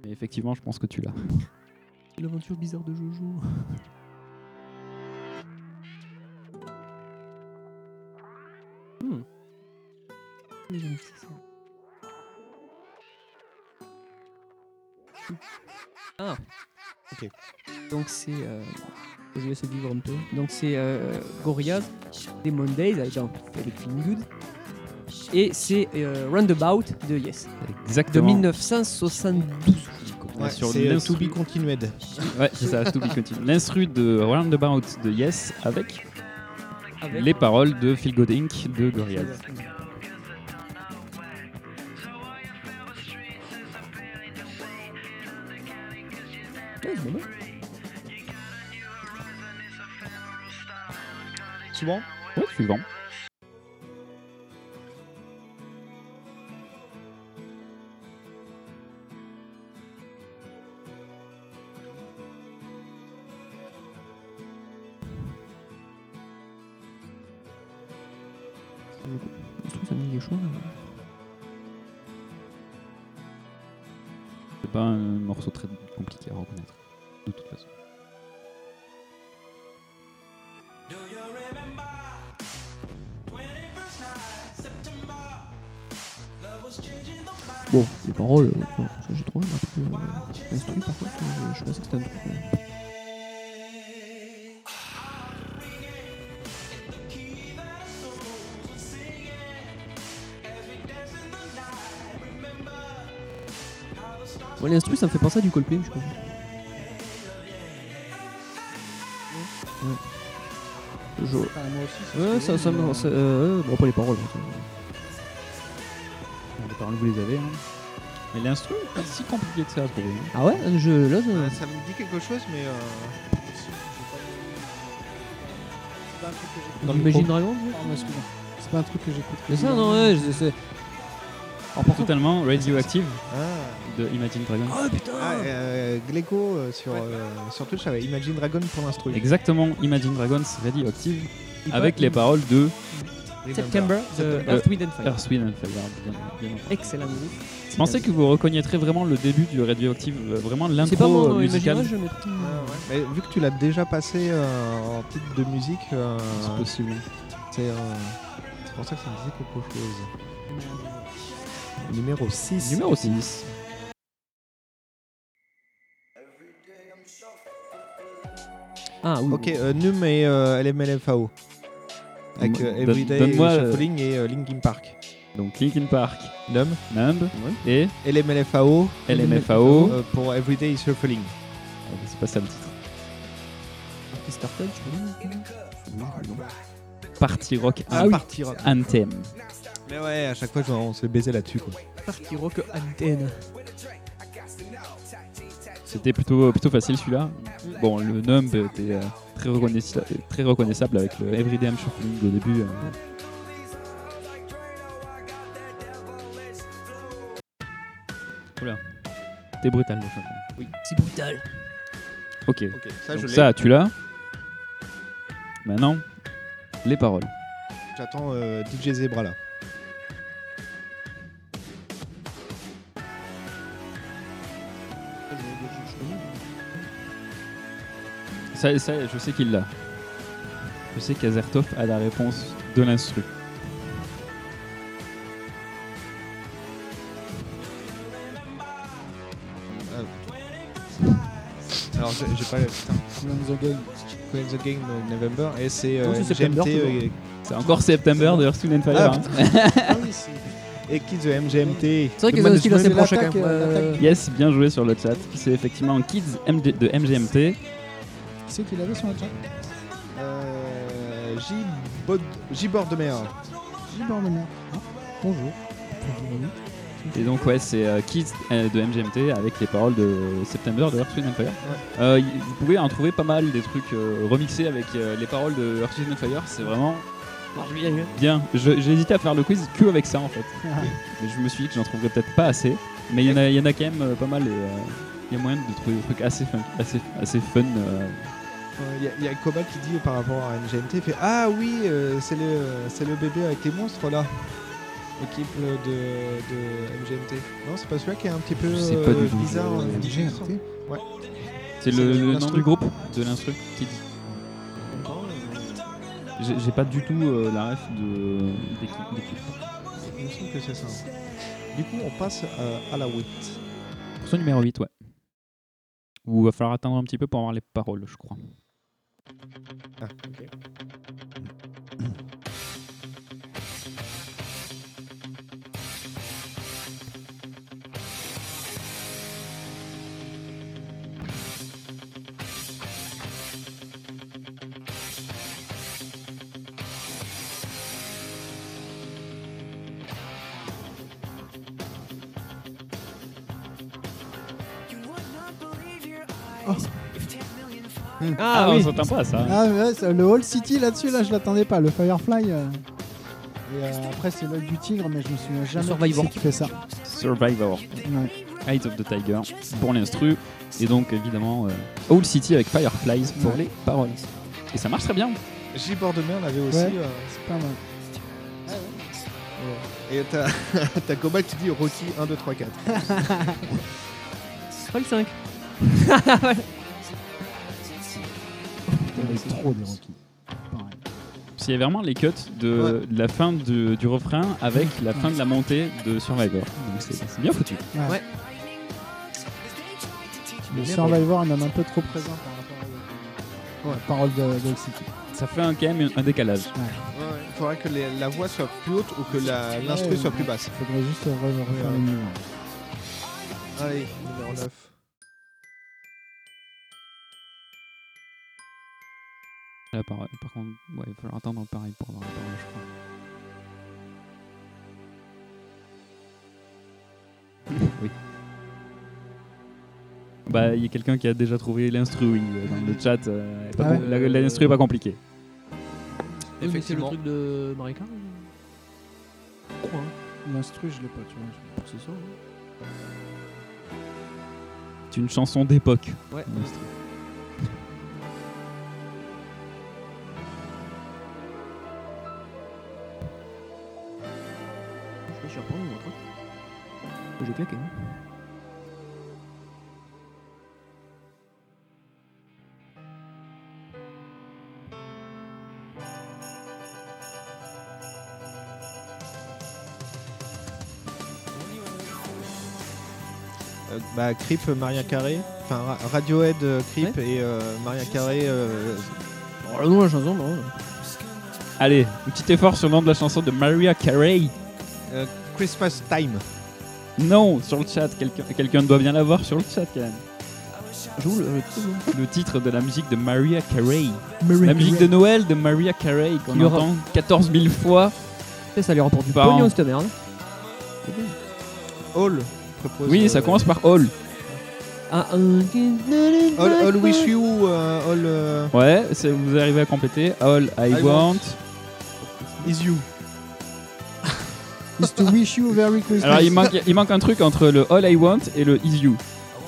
K: Mais effectivement, je pense que tu l'as.
L: L'aventure bizarre de Jojo. Hmm. Oui, j'aime bien ça. Ah.
I: Ok.
L: Donc c'est. Euh... Je vais laisser vivre un peu. Donc c'est euh, Gorillaz, Demon Days avec, un- avec Feeling Good. Et c'est euh, Roundabout de Yes. De
K: Exactement.
L: 1972.
K: Ouais, sur
I: c'est euh, To
K: l'instru-
I: Be Continued.
K: Ouais, c'est ça, To Be Continued. L'instru de Roundabout de Yes avec, les paroles de Phil Good Inc. de Gorillaz.
I: Souvent
K: Ouais, suivant.
L: Je trouve que ça me dit quelque chose.
K: C'est pas un morceau très compliqué à reconnaître. De toute façon.
L: Bon, les paroles, euh, bon, ça j'ai trouvé un peu euh, instruit par contre, euh, je pensais que c'était un truc. euh, Ouais, l'instru ça me fait penser à du Coldplay, je crois. Ouais. Je-
J: Ah, moi aussi, ça
L: ouais,
J: se fait,
L: ça, ça me.
J: mais-
L: ça- euh, bon, pas les paroles. hein,
K: Les paroles, vous les avez. Hein. Mais l'instru, pas si compliqué que ça à trouver.
L: ça. Ah ouais, je. Là, ça-
I: Euh, ça me dit quelque chose, mais. euh,
L: Dans Imagine Dragons
J: Pardon, Ah, excuse-moi. C'est pas un truc que j'écoute.
L: C'est ça, non, ouais, je- c'est.
K: Totalement Radioactive
I: Ah.
K: de Imagine Dragons.
I: Ah, euh, Gleco euh, sur, euh, sur Twitch avait Imagine Dragon pour l'instru.
K: Exactement, Imagine Dragons Radioactive avec les paroles de
L: September, de
K: September. Euh,
L: Earth, Wind and Fire.
K: Earth, Wind and Fire, bien- bien entendu.
L: Excellent musique.
K: Je pensais que vous reconnaîtrez vraiment le début du Radioactive, euh, vraiment
L: C'est pas
K: l'intro
L: mon
K: euh,
L: nom,
K: musicale.
L: Imagine, je mets.
I: Ah, Mais vu que tu
K: Ah.
I: l'as déjà passé euh, en titre de musique, euh,
K: C'est possible.
I: c'est euh, C'est pour ça que ça me disait quelque chose. Numéro 6.
K: Numéro 6.
I: Ah oui. Ok, euh, Num et euh, LMLFAO. Avec euh,
K: Donne-
I: Everyday
K: donne-moi, euh,
I: Shuffling et euh, Linkin Park.
K: Donc Linkin Park,
I: Numb.
K: Numb et
I: LMLFAO.
K: LMFAO.
I: euh, pour Everyday Shuffling.
K: C'est pas ça le titre.
L: Kickstarter, tu peux dire
K: Party Rock
I: Ah
K: Anthem.
I: oui. Party Rock.
K: Anthem.
I: Mais ouais, à chaque fois, je- on se fait baiser là-dessus. quoi.
L: Party Rock Antenne.
K: C'était plutôt, plutôt facile celui-là. Bon, le Numb était euh, très, reconnaissa- très reconnaissable avec le Everyday I'm Shuffling au début. euh. Oula. C'était brutal le changement.
L: Oui, c'est brutal.
K: Ok.
I: Ok, ça, je
K: Donc
I: l'ai.
K: ça, tu l'as. Maintenant, les paroles.
I: J'attends euh, DJ Zebra là.
K: Ça, ça, je sais qu'il l'a. Je sais qu'Azertov a la réponse de l'instru.
I: Alors, j'ai j'ai pas. Putain. the Game. the Game euh, November. Et c'est euh,
K: Non, c'est
I: GMT.
K: September,
I: euh,
K: toujours. C'est encore September de Earth, Wind and Fire,
I: Ah,
K: hein.
I: putain. Ah oui, c'est- Et Kids euh, the MGMT.
L: C'est vrai
I: The
L: qu'ils ont aussi
I: Management-
L: lancé le prochain, quand même. Euh,
K: Yes, bien joué sur le chat. C'est effectivement Kids MG de MGMT.
J: Qui c'est qui l'avait sur le chat
I: Euh, J. Bod- J. Bordemer.
J: J'ai pas remémoré. Ah, Bonjour.
K: Et donc, ouais, c'est euh, Kids euh, de MGMT avec les paroles de September de Earth, Wind and Fire. Euh, y- vous pouvez en trouver pas mal des trucs euh, remixés avec euh, les paroles de Earth, Wind and Fire. C'est vraiment Bien, Je- j'ai hésité à faire le quiz que avec ça en fait. mais je me suis dit que j'en trouverais peut-être pas assez. Mais il y, en a- il y en a quand même euh, pas mal et euh, il y a moyen de trouver des trucs assez fun. Assez, assez fun euh.
I: Il y, a Koba qui dit par rapport à MGMT il fait Ah oui, euh, c'est le, c'est le bébé avec les monstres là. L'équipe euh, de, de MGMT. Non, c'est pas celui-là qui est un petit peu
K: Je sais pas
I: euh,
K: du tout,
I: bizarre.
K: je-
I: euh,
K: MGMT?
I: Ouais.
K: C'est le, le nom
I: l'instru.
K: du groupe de l'instru qui dit. J'ai j'ai pas du tout euh, la ref de d'équipe- d'équipe.
I: Il me semble que c'est ça. Du coup, on passe euh, à la WIT.
K: Pour son numéro 8, ouais. Où il va falloir attendre un petit peu pour avoir les paroles, je crois.
I: Ah, ok.
K: Ah, on s'entend pas, ça.
J: Ah, ouais, c'est- le Hall City là-dessus, là, je l'attendais pas. Le Firefly. euh. Et euh, après, c'est l'œil du tigre, mais je me souviens jamais
K: Survivor.
J: qui, c'est qui fait ça.
K: Survivor.
J: Ouais.
K: Eyes of the Tiger pour l'instru. Et donc, évidemment, euh, Owl City avec Fireflies pour les paroles. Et ça marche très bien.
I: J. Bordemer l'avait aussi.
J: Ouais,
I: euh,
J: c'est pas mal.
I: Et t'as t'as Cobalt qui dit Rocky 1, 2, 3, 4.
L: C'est pas le 5.
J: C'est trop des Rockies.
K: Parce qu'il y a vraiment les cuts de, de la fin du, du refrain avec la fin de la montée de Survivor. Donc, c'est c'est bien foutu.
J: Ouais. Le Survivor est même un peu trop présent par rapport à la parole de, de Hall City.
K: Ça fait un, quand même un décalage.
I: Il faudrait que les- la voix soit plus haute ou que la- l'instru
J: Ouais,
I: soit plus basse.
J: Faudrait juste euh, re- refaire les niveaux.
I: Allez, numéro 9.
K: Là, Ah, par, par contre, ouais, il va falloir attendre pareil pour avoir la parole, je crois. oui. Bah, il y a quelqu'un qui a déjà trouvé l'instru, oui, euh, dans le chat. euh, est pas
J: Ah ouais.
K: com- la- l'instru est pas compliqué.
L: Oui, mais C'est le
I: Effectivement.
L: truc de Marika ou- Quoi, hein
J: L'instru, je l'ai pas, tu vois. je- pour que ce soit, hein.
K: C'est une chanson d'époque.
J: Ouais.
K: l'instru.
L: Je suis surpris, moi, toi. J'ai claqué. hein.
I: Euh, bah, Creep, Maria Carré. Enfin, Ra- Radiohead, euh, Creep et euh, Maria Carré. euh,
L: Oh, le nom de la chanson, non
K: Allez, un petit effort sur le nom de la chanson de Maria Carey.
I: Christmas Time.
K: Non, sur le chat, quelqu'un quelqu'un doit bien l'avoir sur le chat quand même.
L: Joue le,
K: titre de la musique de Maria Carey.
L: Maria
K: la musique
L: Carey.
K: de Noël de Maria Carey qu'on
L: Qui aura-
K: entend 14 000 fois.
L: Et ça lui rapporte du
K: Par an.
L: pognon, cette merde.
I: All. euh,
K: Oui, ça commence par All.
L: Ah,
I: All, All Wish You. euh, all. euh,
K: Ouais, c'est- vous arrivez à compléter. All I,
I: I
K: want.
I: want. Is You.
J: Is to wish you very Christmas.
K: Alors il manque, il manque un truc entre le All I want et le Is You.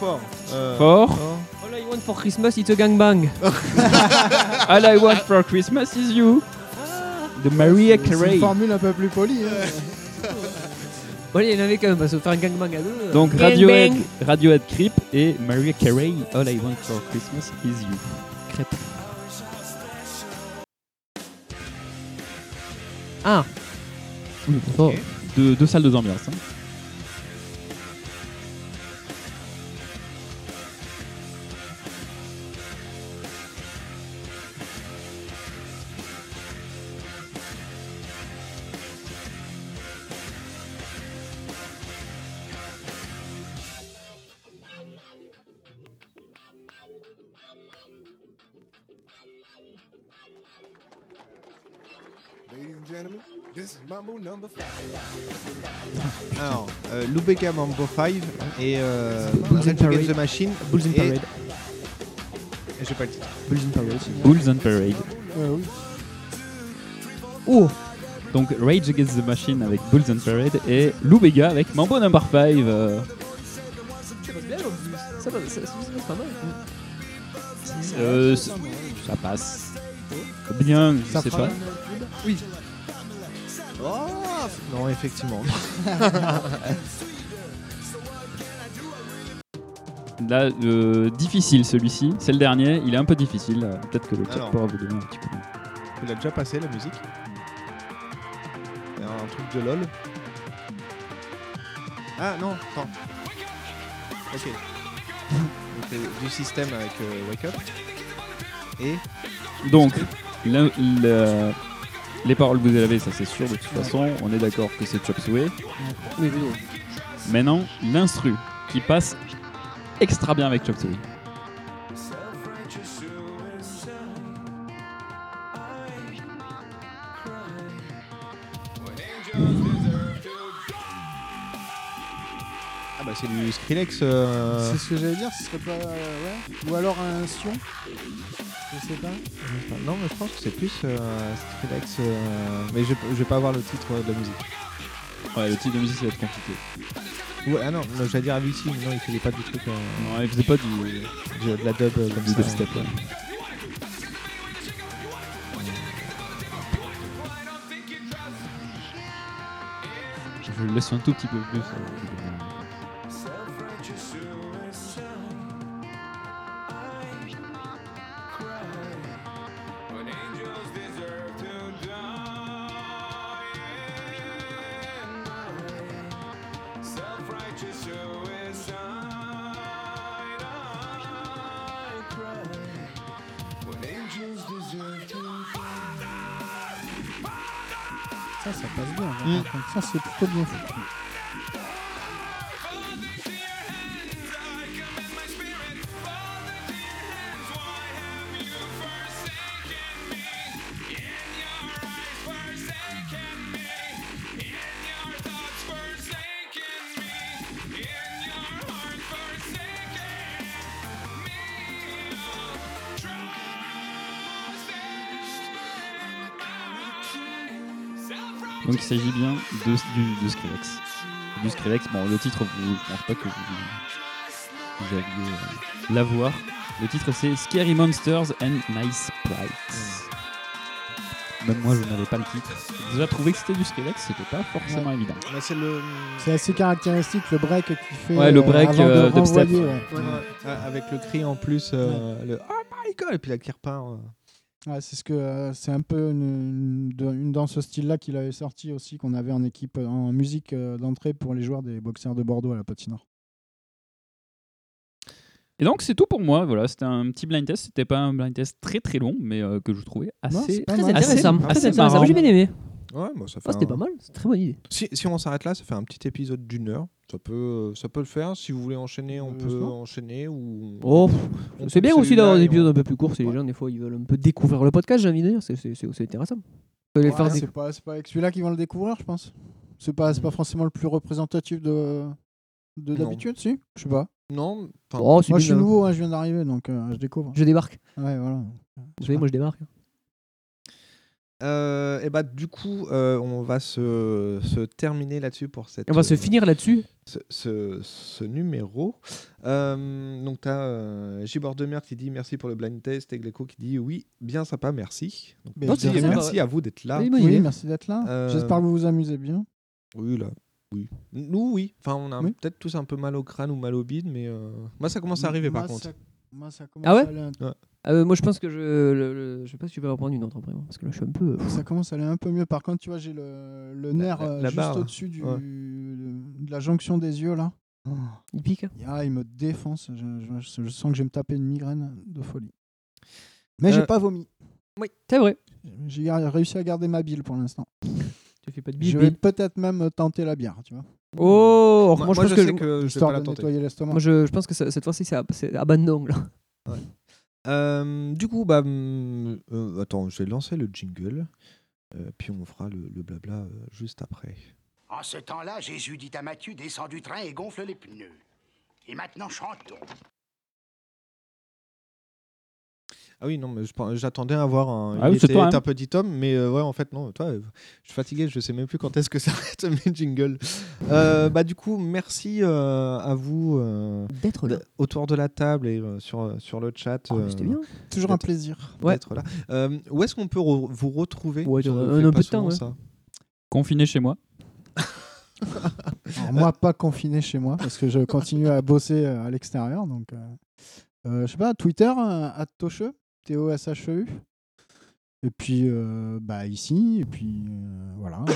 I: Fort. Euh,
K: Fort.
L: All I want for Christmas, it's a gangbang.
K: All I want for Christmas is you. De Maria
J: C'est
K: Carey.
J: une formule un peu plus polie. hein.
L: Bon, allez, il y en avait quand même, parce que faire un gangbang à deux. euh.
K: Donc
L: Gangbang.
K: Radiohead, Radiohead Creep et Maria Carey. All I want for Christmas is you.
L: Ah
K: Oh, Deux, deux salles de ambiance. hein.
I: Alors, euh, Lubega Mambo 5 et euh,
L: Bulls in
I: Rage Against
L: Parade.
I: the Machine.
L: Bulls in
I: et-
L: Parade.
I: Et j'ai pas le titre.
L: Bulls in Parade.
K: Bulls and Parade.
J: Euh, oui.
L: Oh
K: Donc Rage Against the Machine avec Bulls and Parade et Lou Bega avec Mambo Number 5. euh,
L: Ça va, ça- ça- c'est pas mal.
K: euh, c- ça passe. Bien, je sais pas.
I: Oui. non, effectivement.
K: Là, euh, difficile celui-ci. C'est le dernier. Il est un peu difficile. euh, Peut-être que le chat
I: Alors.
K: pourra vous donner un petit peu.
I: Il a déjà passé la musique. Il y a un truc de lol. Ah non, attends. Ok. Donc, euh, du système avec euh, Wake Up. Et.
K: Donc, la- la- les paroles vous les avez, ça c'est sûr de toute façon. On est d'accord que c'est Chop Suey.
L: Mais oui,
K: Maintenant, l'instru qui passe extra bien avec Chop Suey.
I: Ah bah c'est du Skrillex. euh,
J: C'est ce que j'allais dire, ce serait pas. euh, ouais. Ou alors un Sion. Je sais pas.
I: Non, mais je pense que c'est plus euh, Skrillex. euh, Mais je, je vais pas avoir le titre euh, de la musique.
K: Ouais, le titre de musique ça va être compliqué.
I: Ouais, ah non, non, j'allais dire Lucie, mais non, il faisait pas du truc. euh,
K: Non, il faisait pas du.
I: de la dub euh, comme
K: Du
I: ça.
K: dubstep, ouais. Je le laisse un tout petit peu plus. euh,
J: Ça, ça passe bien. hein,
I: Mm.
J: par contre. Ça, c'est plutôt bien foutu.
K: Donc il s'agit bien de, du, de Skrillex. Du Skrillex, bon, le titre, vous- je pense pas que vous, vous alliez euh, l'avoir. Le titre, c'est Scary Monsters and Nice Sprites. Même moi, je n'avais pas le titre. J'ai Déjà trouvé que c'était du Skrillex, c'était pas forcément évident.
I: Mais Bah, c'est le.
J: C'est assez caractéristique le break qui fait.
K: Ouais, le
J: euh,
K: break,
J: avant de
K: euh, dubstep.
J: renvoyer, ouais.
I: Ouais, ouais, Euh, Avec le cri en plus, euh, le Oh my god! Et puis la qui repart. euh.
J: Ouais, c'est ce que euh, c'est un peu une, une- de- une dans ce style-là qu'il avait sorti aussi qu'on avait en équipe euh, en musique euh, d'entrée pour les joueurs des boxeurs de Bordeaux à la patinoire.
K: Et donc c'est tout pour moi. Voilà, c'était un petit blind test. C'était pas un blind test très très long, mais euh, que je trouvais
L: Non, Ah,
K: assez
L: c'est pas Très
K: assez-
L: mal. intéressant.
K: assez
L: Très intéressant.
K: marrant.
L: J'ai bien aimé.
I: Ouais, moi ça fait.
L: Oh, c'était
I: un-
L: pas mal, c'est très bonne idée.
I: Si, si on s'arrête là, ça fait un petit épisode d'une heure. Ça peut, euh, ça peut le faire. Si vous voulez enchaîner, on peut
L: Heureusement.
I: enchaîner. Ou...
L: Euh, Oh, pff,
I: on
L: c'est
I: coupe
L: bien aussi
I: celui-là
L: d'avoir
I: et
L: des
I: on-
L: épisodes un peu plus courts si les gens, des fois, ils veulent un peu découvrir le podcast, j'ai envie de dire. C'est- C'est c'est- c'est intéressant. Vous allez
J: Ouais,
L: faire des-
J: c'est pas, c'est pas avec celui-là qu'ils vont le découvrir, je pense. C'est pas, c'est pas forcément le plus représentatif de de
I: Non.
J: d'habitude, si Je sais pas.
I: Non. enfin,
L: Oh, c'est
J: moi, je suis
L: bien, hein.
J: nouveau, hein, je viens d'arriver, donc euh, je découvre.
L: Je débarque.
J: Ouais, voilà.
L: Vous savez, moi, je débarque.
I: Euh, et bah du coup, euh, on va se, se terminer là-dessus pour cette. euh,
L: On va se finir là-dessus.
I: Ce, ce- ce numéro. Euh, donc t'as euh, J. Bordemer qui dit merci pour le blind test et Gleco qui dit oui bien sympa merci. Donc,
J: Mais
I: je
J: bien
I: dirais
J: sympa,
I: merci
J: ouais.
I: à vous d'être là.
J: Oui, Oui, merci d'être là.
I: Euh,
J: J'espère que vous vous amusez bien.
I: Oui là. Oui. Nous oui. Enfin on a
J: Oui.
I: peut-être tous un peu mal au crâne ou mal au bide mais euh, moi ça commence à arriver par
J: Moi,
I: contre.
J: ça- moi, ça commence
L: Ah ouais,
J: à aller un-
L: Euh, Moi, je pense que je. le- le- je sais pas si je vais en prendre une autre après, moi, parce que là, je suis un peu. euh,
J: Ça commence à aller un peu mieux. Par contre, tu vois, j'ai le, le nerf
L: la-
J: euh,
L: la
J: juste
L: barre.
J: au-dessus du-
L: Ouais.
J: de la jonction des yeux, là.
L: Il pique. hein.
J: Ah, il me défonce. Je, je- je sens que je vais me taper une migraine de folie. Mais j'ai
L: Euh,
J: pas vomi.
L: Oui, c'est vrai.
J: J'ai gar- réussi à garder ma bile pour l'instant.
L: Tu fais pas de bip,
J: Je vais
L: bip.
J: peut-être même euh, tenter la bière, tu vois.
L: Oh,
J: Moi-
L: moi, je
J: moi,
L: pense
J: je
L: que,
J: sais que je vais pas Histoire la de tenter. nettoyer l'estomac.
L: Moi, je, je pense que ça- cette fois-ci, c'est ab- c'est abandon là.
I: Euh, du coup, bah, hum, euh, attends, je vais lancer le jingle, euh, puis on fera le, le blabla euh, juste après.
O: En ce temps-là, Jésus dit à Matthieu, descends du train et gonfle les pneus. Et maintenant, chantons.
I: Ah oui, non, mais je pen- j'attendais à avoir un,
K: Ah
I: il
K: oui, c'est
I: était-
K: toi, hein.
I: était un petit homme, mais euh, ouais, en fait, non, toi, euh, je suis fatigué, je sais même plus quand est-ce que ça arrête mes jingles. Euh, bah, du coup, merci euh, à vous
L: d'être
I: là. autour de la table et euh, sur, sur le chat.
L: Ah,
I: euh,
J: c'était bien. Toujours un
I: d'être-
J: plaisir.
L: Ouais.
I: d'être là. Euh, où est-ce qu'on peut re- vous retrouver
L: dans
I: On
L: un-
I: fait
L: un
I: pas
L: peu de temps,
I: souvent
L: ouais.
I: ça.
K: Confiné chez moi.
I: Euh,
J: Alors, Ah, moi, pas confiné chez moi, parce que je continue à bosser euh, à l'extérieur. Donc, euh, euh, je sais pas, Twitter, à Tocheux, T-O-S-H-E-U. E Et puis, euh, bah, ici, et puis, euh, voilà. euh,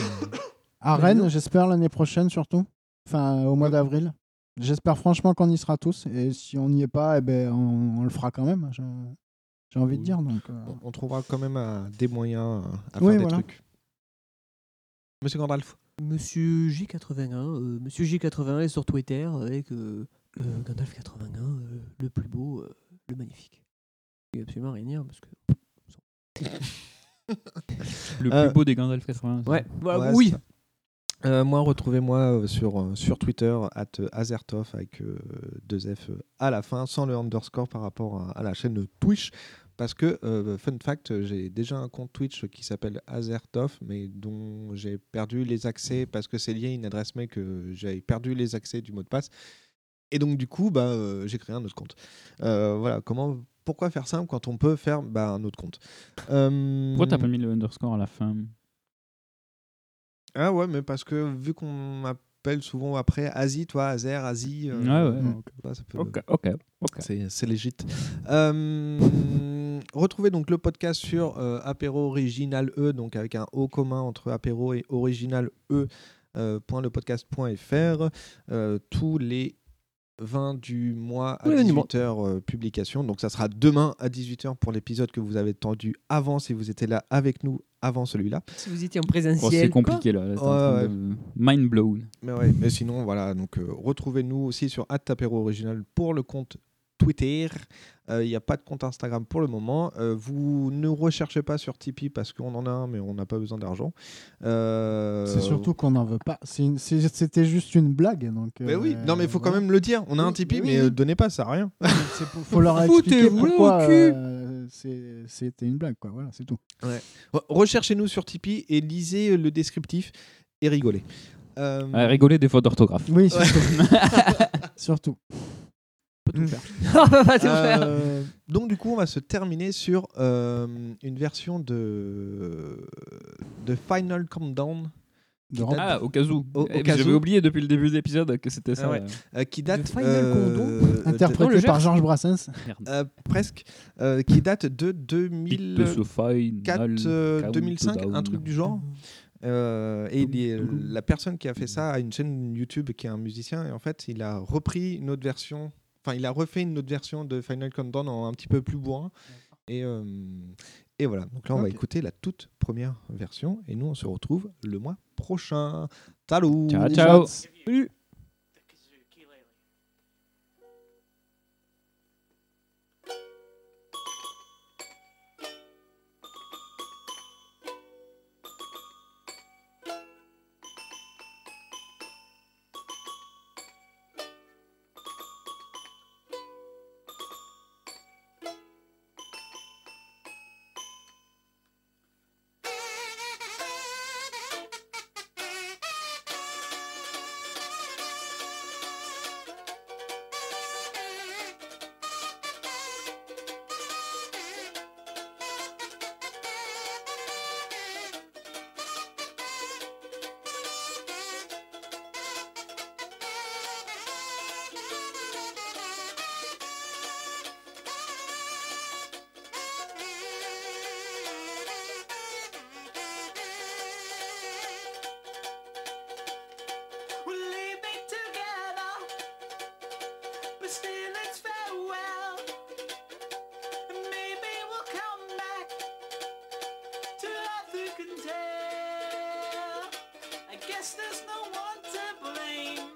J: à
I: Bah,
J: Rennes, j'espère l'année prochaine, surtout. Enfin, au mois d'avril. J'espère franchement qu'on y sera tous. Et si on n'y est pas, eh ben, on, on le fera quand même. je- J'ai envie de dire. Donc, euh,
I: On, on trouvera quand même euh, des moyens euh, à
J: Oui,
I: faire des
J: voilà.
I: trucs. Monsieur Gandalf.
L: Monsieur J81, euh, Monsieur J81 est sur Twitter avec euh, euh, Gandalf81, euh, le plus beau, euh, le magnifique. Il n'y a absolument rien à dire parce que.
K: Le
I: Euh,
K: plus beau des Gandalf 80.
L: Ouais, voilà,
I: c'est
L: oui.
I: ça. Bah, Euh, moi, retrouvez-moi euh, sur, euh, sur Twitter, at euh, Azertov, avec euh, deux F euh, à la fin, sans le underscore par rapport à, à la chaîne Twitch. Parce que, euh, fun fact, euh, j'ai déjà un compte Twitch qui s'appelle Azertov, mais dont j'ai perdu les accès parce que c'est lié à une adresse mail que j'avais perdu les accès du mot de passe. Et donc, du coup, bah, euh, j'ai créé un autre compte. Euh, voilà, comment, pourquoi faire simple quand on peut faire bah, un autre compte Euh,
K: Pourquoi t'as pas mis le underscore à la fin
I: Ah ouais, mais parce que vu qu'on m'appelle souvent après Asie, toi, Azer, Asie. euh,
K: Ah Ouais, ouais.
I: euh, bah, ça peut-
K: Ok, ok, ok.
I: C'est, c'est légit. Euh, retrouvez donc le podcast sur euh, Apéro Original E, donc avec un O commun entre Apéro et Original E. euh, point lepodcast.fr, euh, tous les 20 du mois à
L: Tous les 20 du mois.
I: 18h euh, publication. Donc ça sera demain à 18h pour l'épisode que vous avez tendu avant si vous étiez là avec nous avant celui-là.
L: Si vous étiez en
K: Oh,
L: présentiel.
K: c'est compliqué là. là, t'es en
I: Ouais,
K: train
I: ouais.
K: de- Mind blown.
I: Mais ouais, mais sinon, voilà, donc euh, retrouvez-nous aussi sur Atapéro Original pour le compte Twitter. Euh, Il n'y a pas de compte Instagram pour le moment. Euh, vous ne recherchez pas sur Tipeee parce qu'on en a un, mais on n'a pas besoin d'argent. Euh,
J: C'est surtout qu'on n'en veut pas. C'est une- c'est- C'était juste une blague. Donc,
I: Mais Ben oui,
J: euh,
I: non, mais il faut quand
J: voilà.
I: même le dire. On a un Tipeee,
J: mais oui,
I: mais, euh,
J: oui.
I: donnez pas, ça sert à rien.
J: faut leur expliquer
I: Foutez-vous le
J: pourquoi
I: cul.
J: euh, c'est- c'était une blague, quoi. Voilà, c'est tout.
I: Ouais. Re- Recherchez-nous sur Tipeee et lisez euh, le descriptif et rigolez. Euh,
K: Ah, rigoler des fautes d'orthographe.
J: Oui, surtout. surtout.
L: va tout faire.
I: Euh, donc du coup, on va se terminer sur euh, une version de de Final Countdown. qui date-
K: Ah, au cas où.
I: Au- au
K: Eh,
I: cas
K: J'avais
I: où.
K: oublié depuis le début de l'épisode que c'était
I: Ah
K: ça.
I: ouais.
K: euh.
I: Euh, qui date
J: Final
I: euh, de-
J: Interprété par Georges Brassens.
I: Euh, presque, Euh, qui date de 2004, euh,
K: Countdown.
I: 2005, un truc du genre. Euh, et il est- la personne qui a fait ça a une chaîne YouTube qui est un musicien et en fait il a repris une autre version Enfin, il a refait une autre version de Final Countdown en un petit peu plus bourrin. Et, euh, et voilà. Donc là, on va
K: Ok.
I: écouter la toute première version. Et nous, on se retrouve le mois prochain. Talou
K: Ciao, ciao.
I: Salut
P: We'll leave it together, but still it's farewell. And maybe we'll come back to love who can tell. I guess there's no one to blame.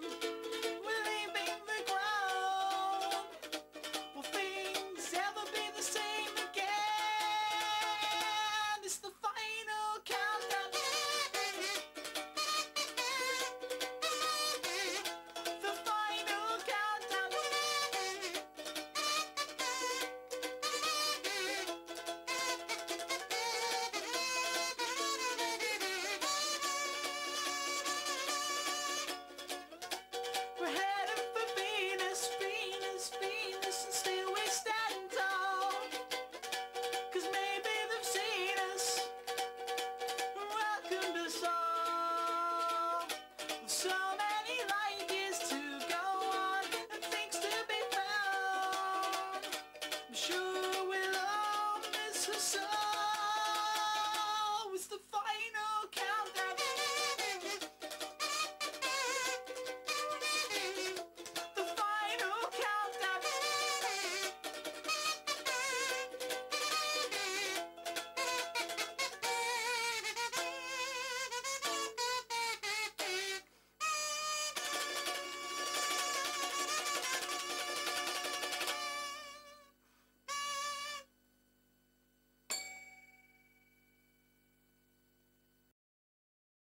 P: We're leaving the ground. Will things ever be the same again? It's the final countdown. The final countdown. We're heading for Venus, Venus, Venus, and still we stand tall. 'Cause maybe they've seen us. Welcome to Saul. So many light years to go on and things to be found. I'm sure we'll all miss her so.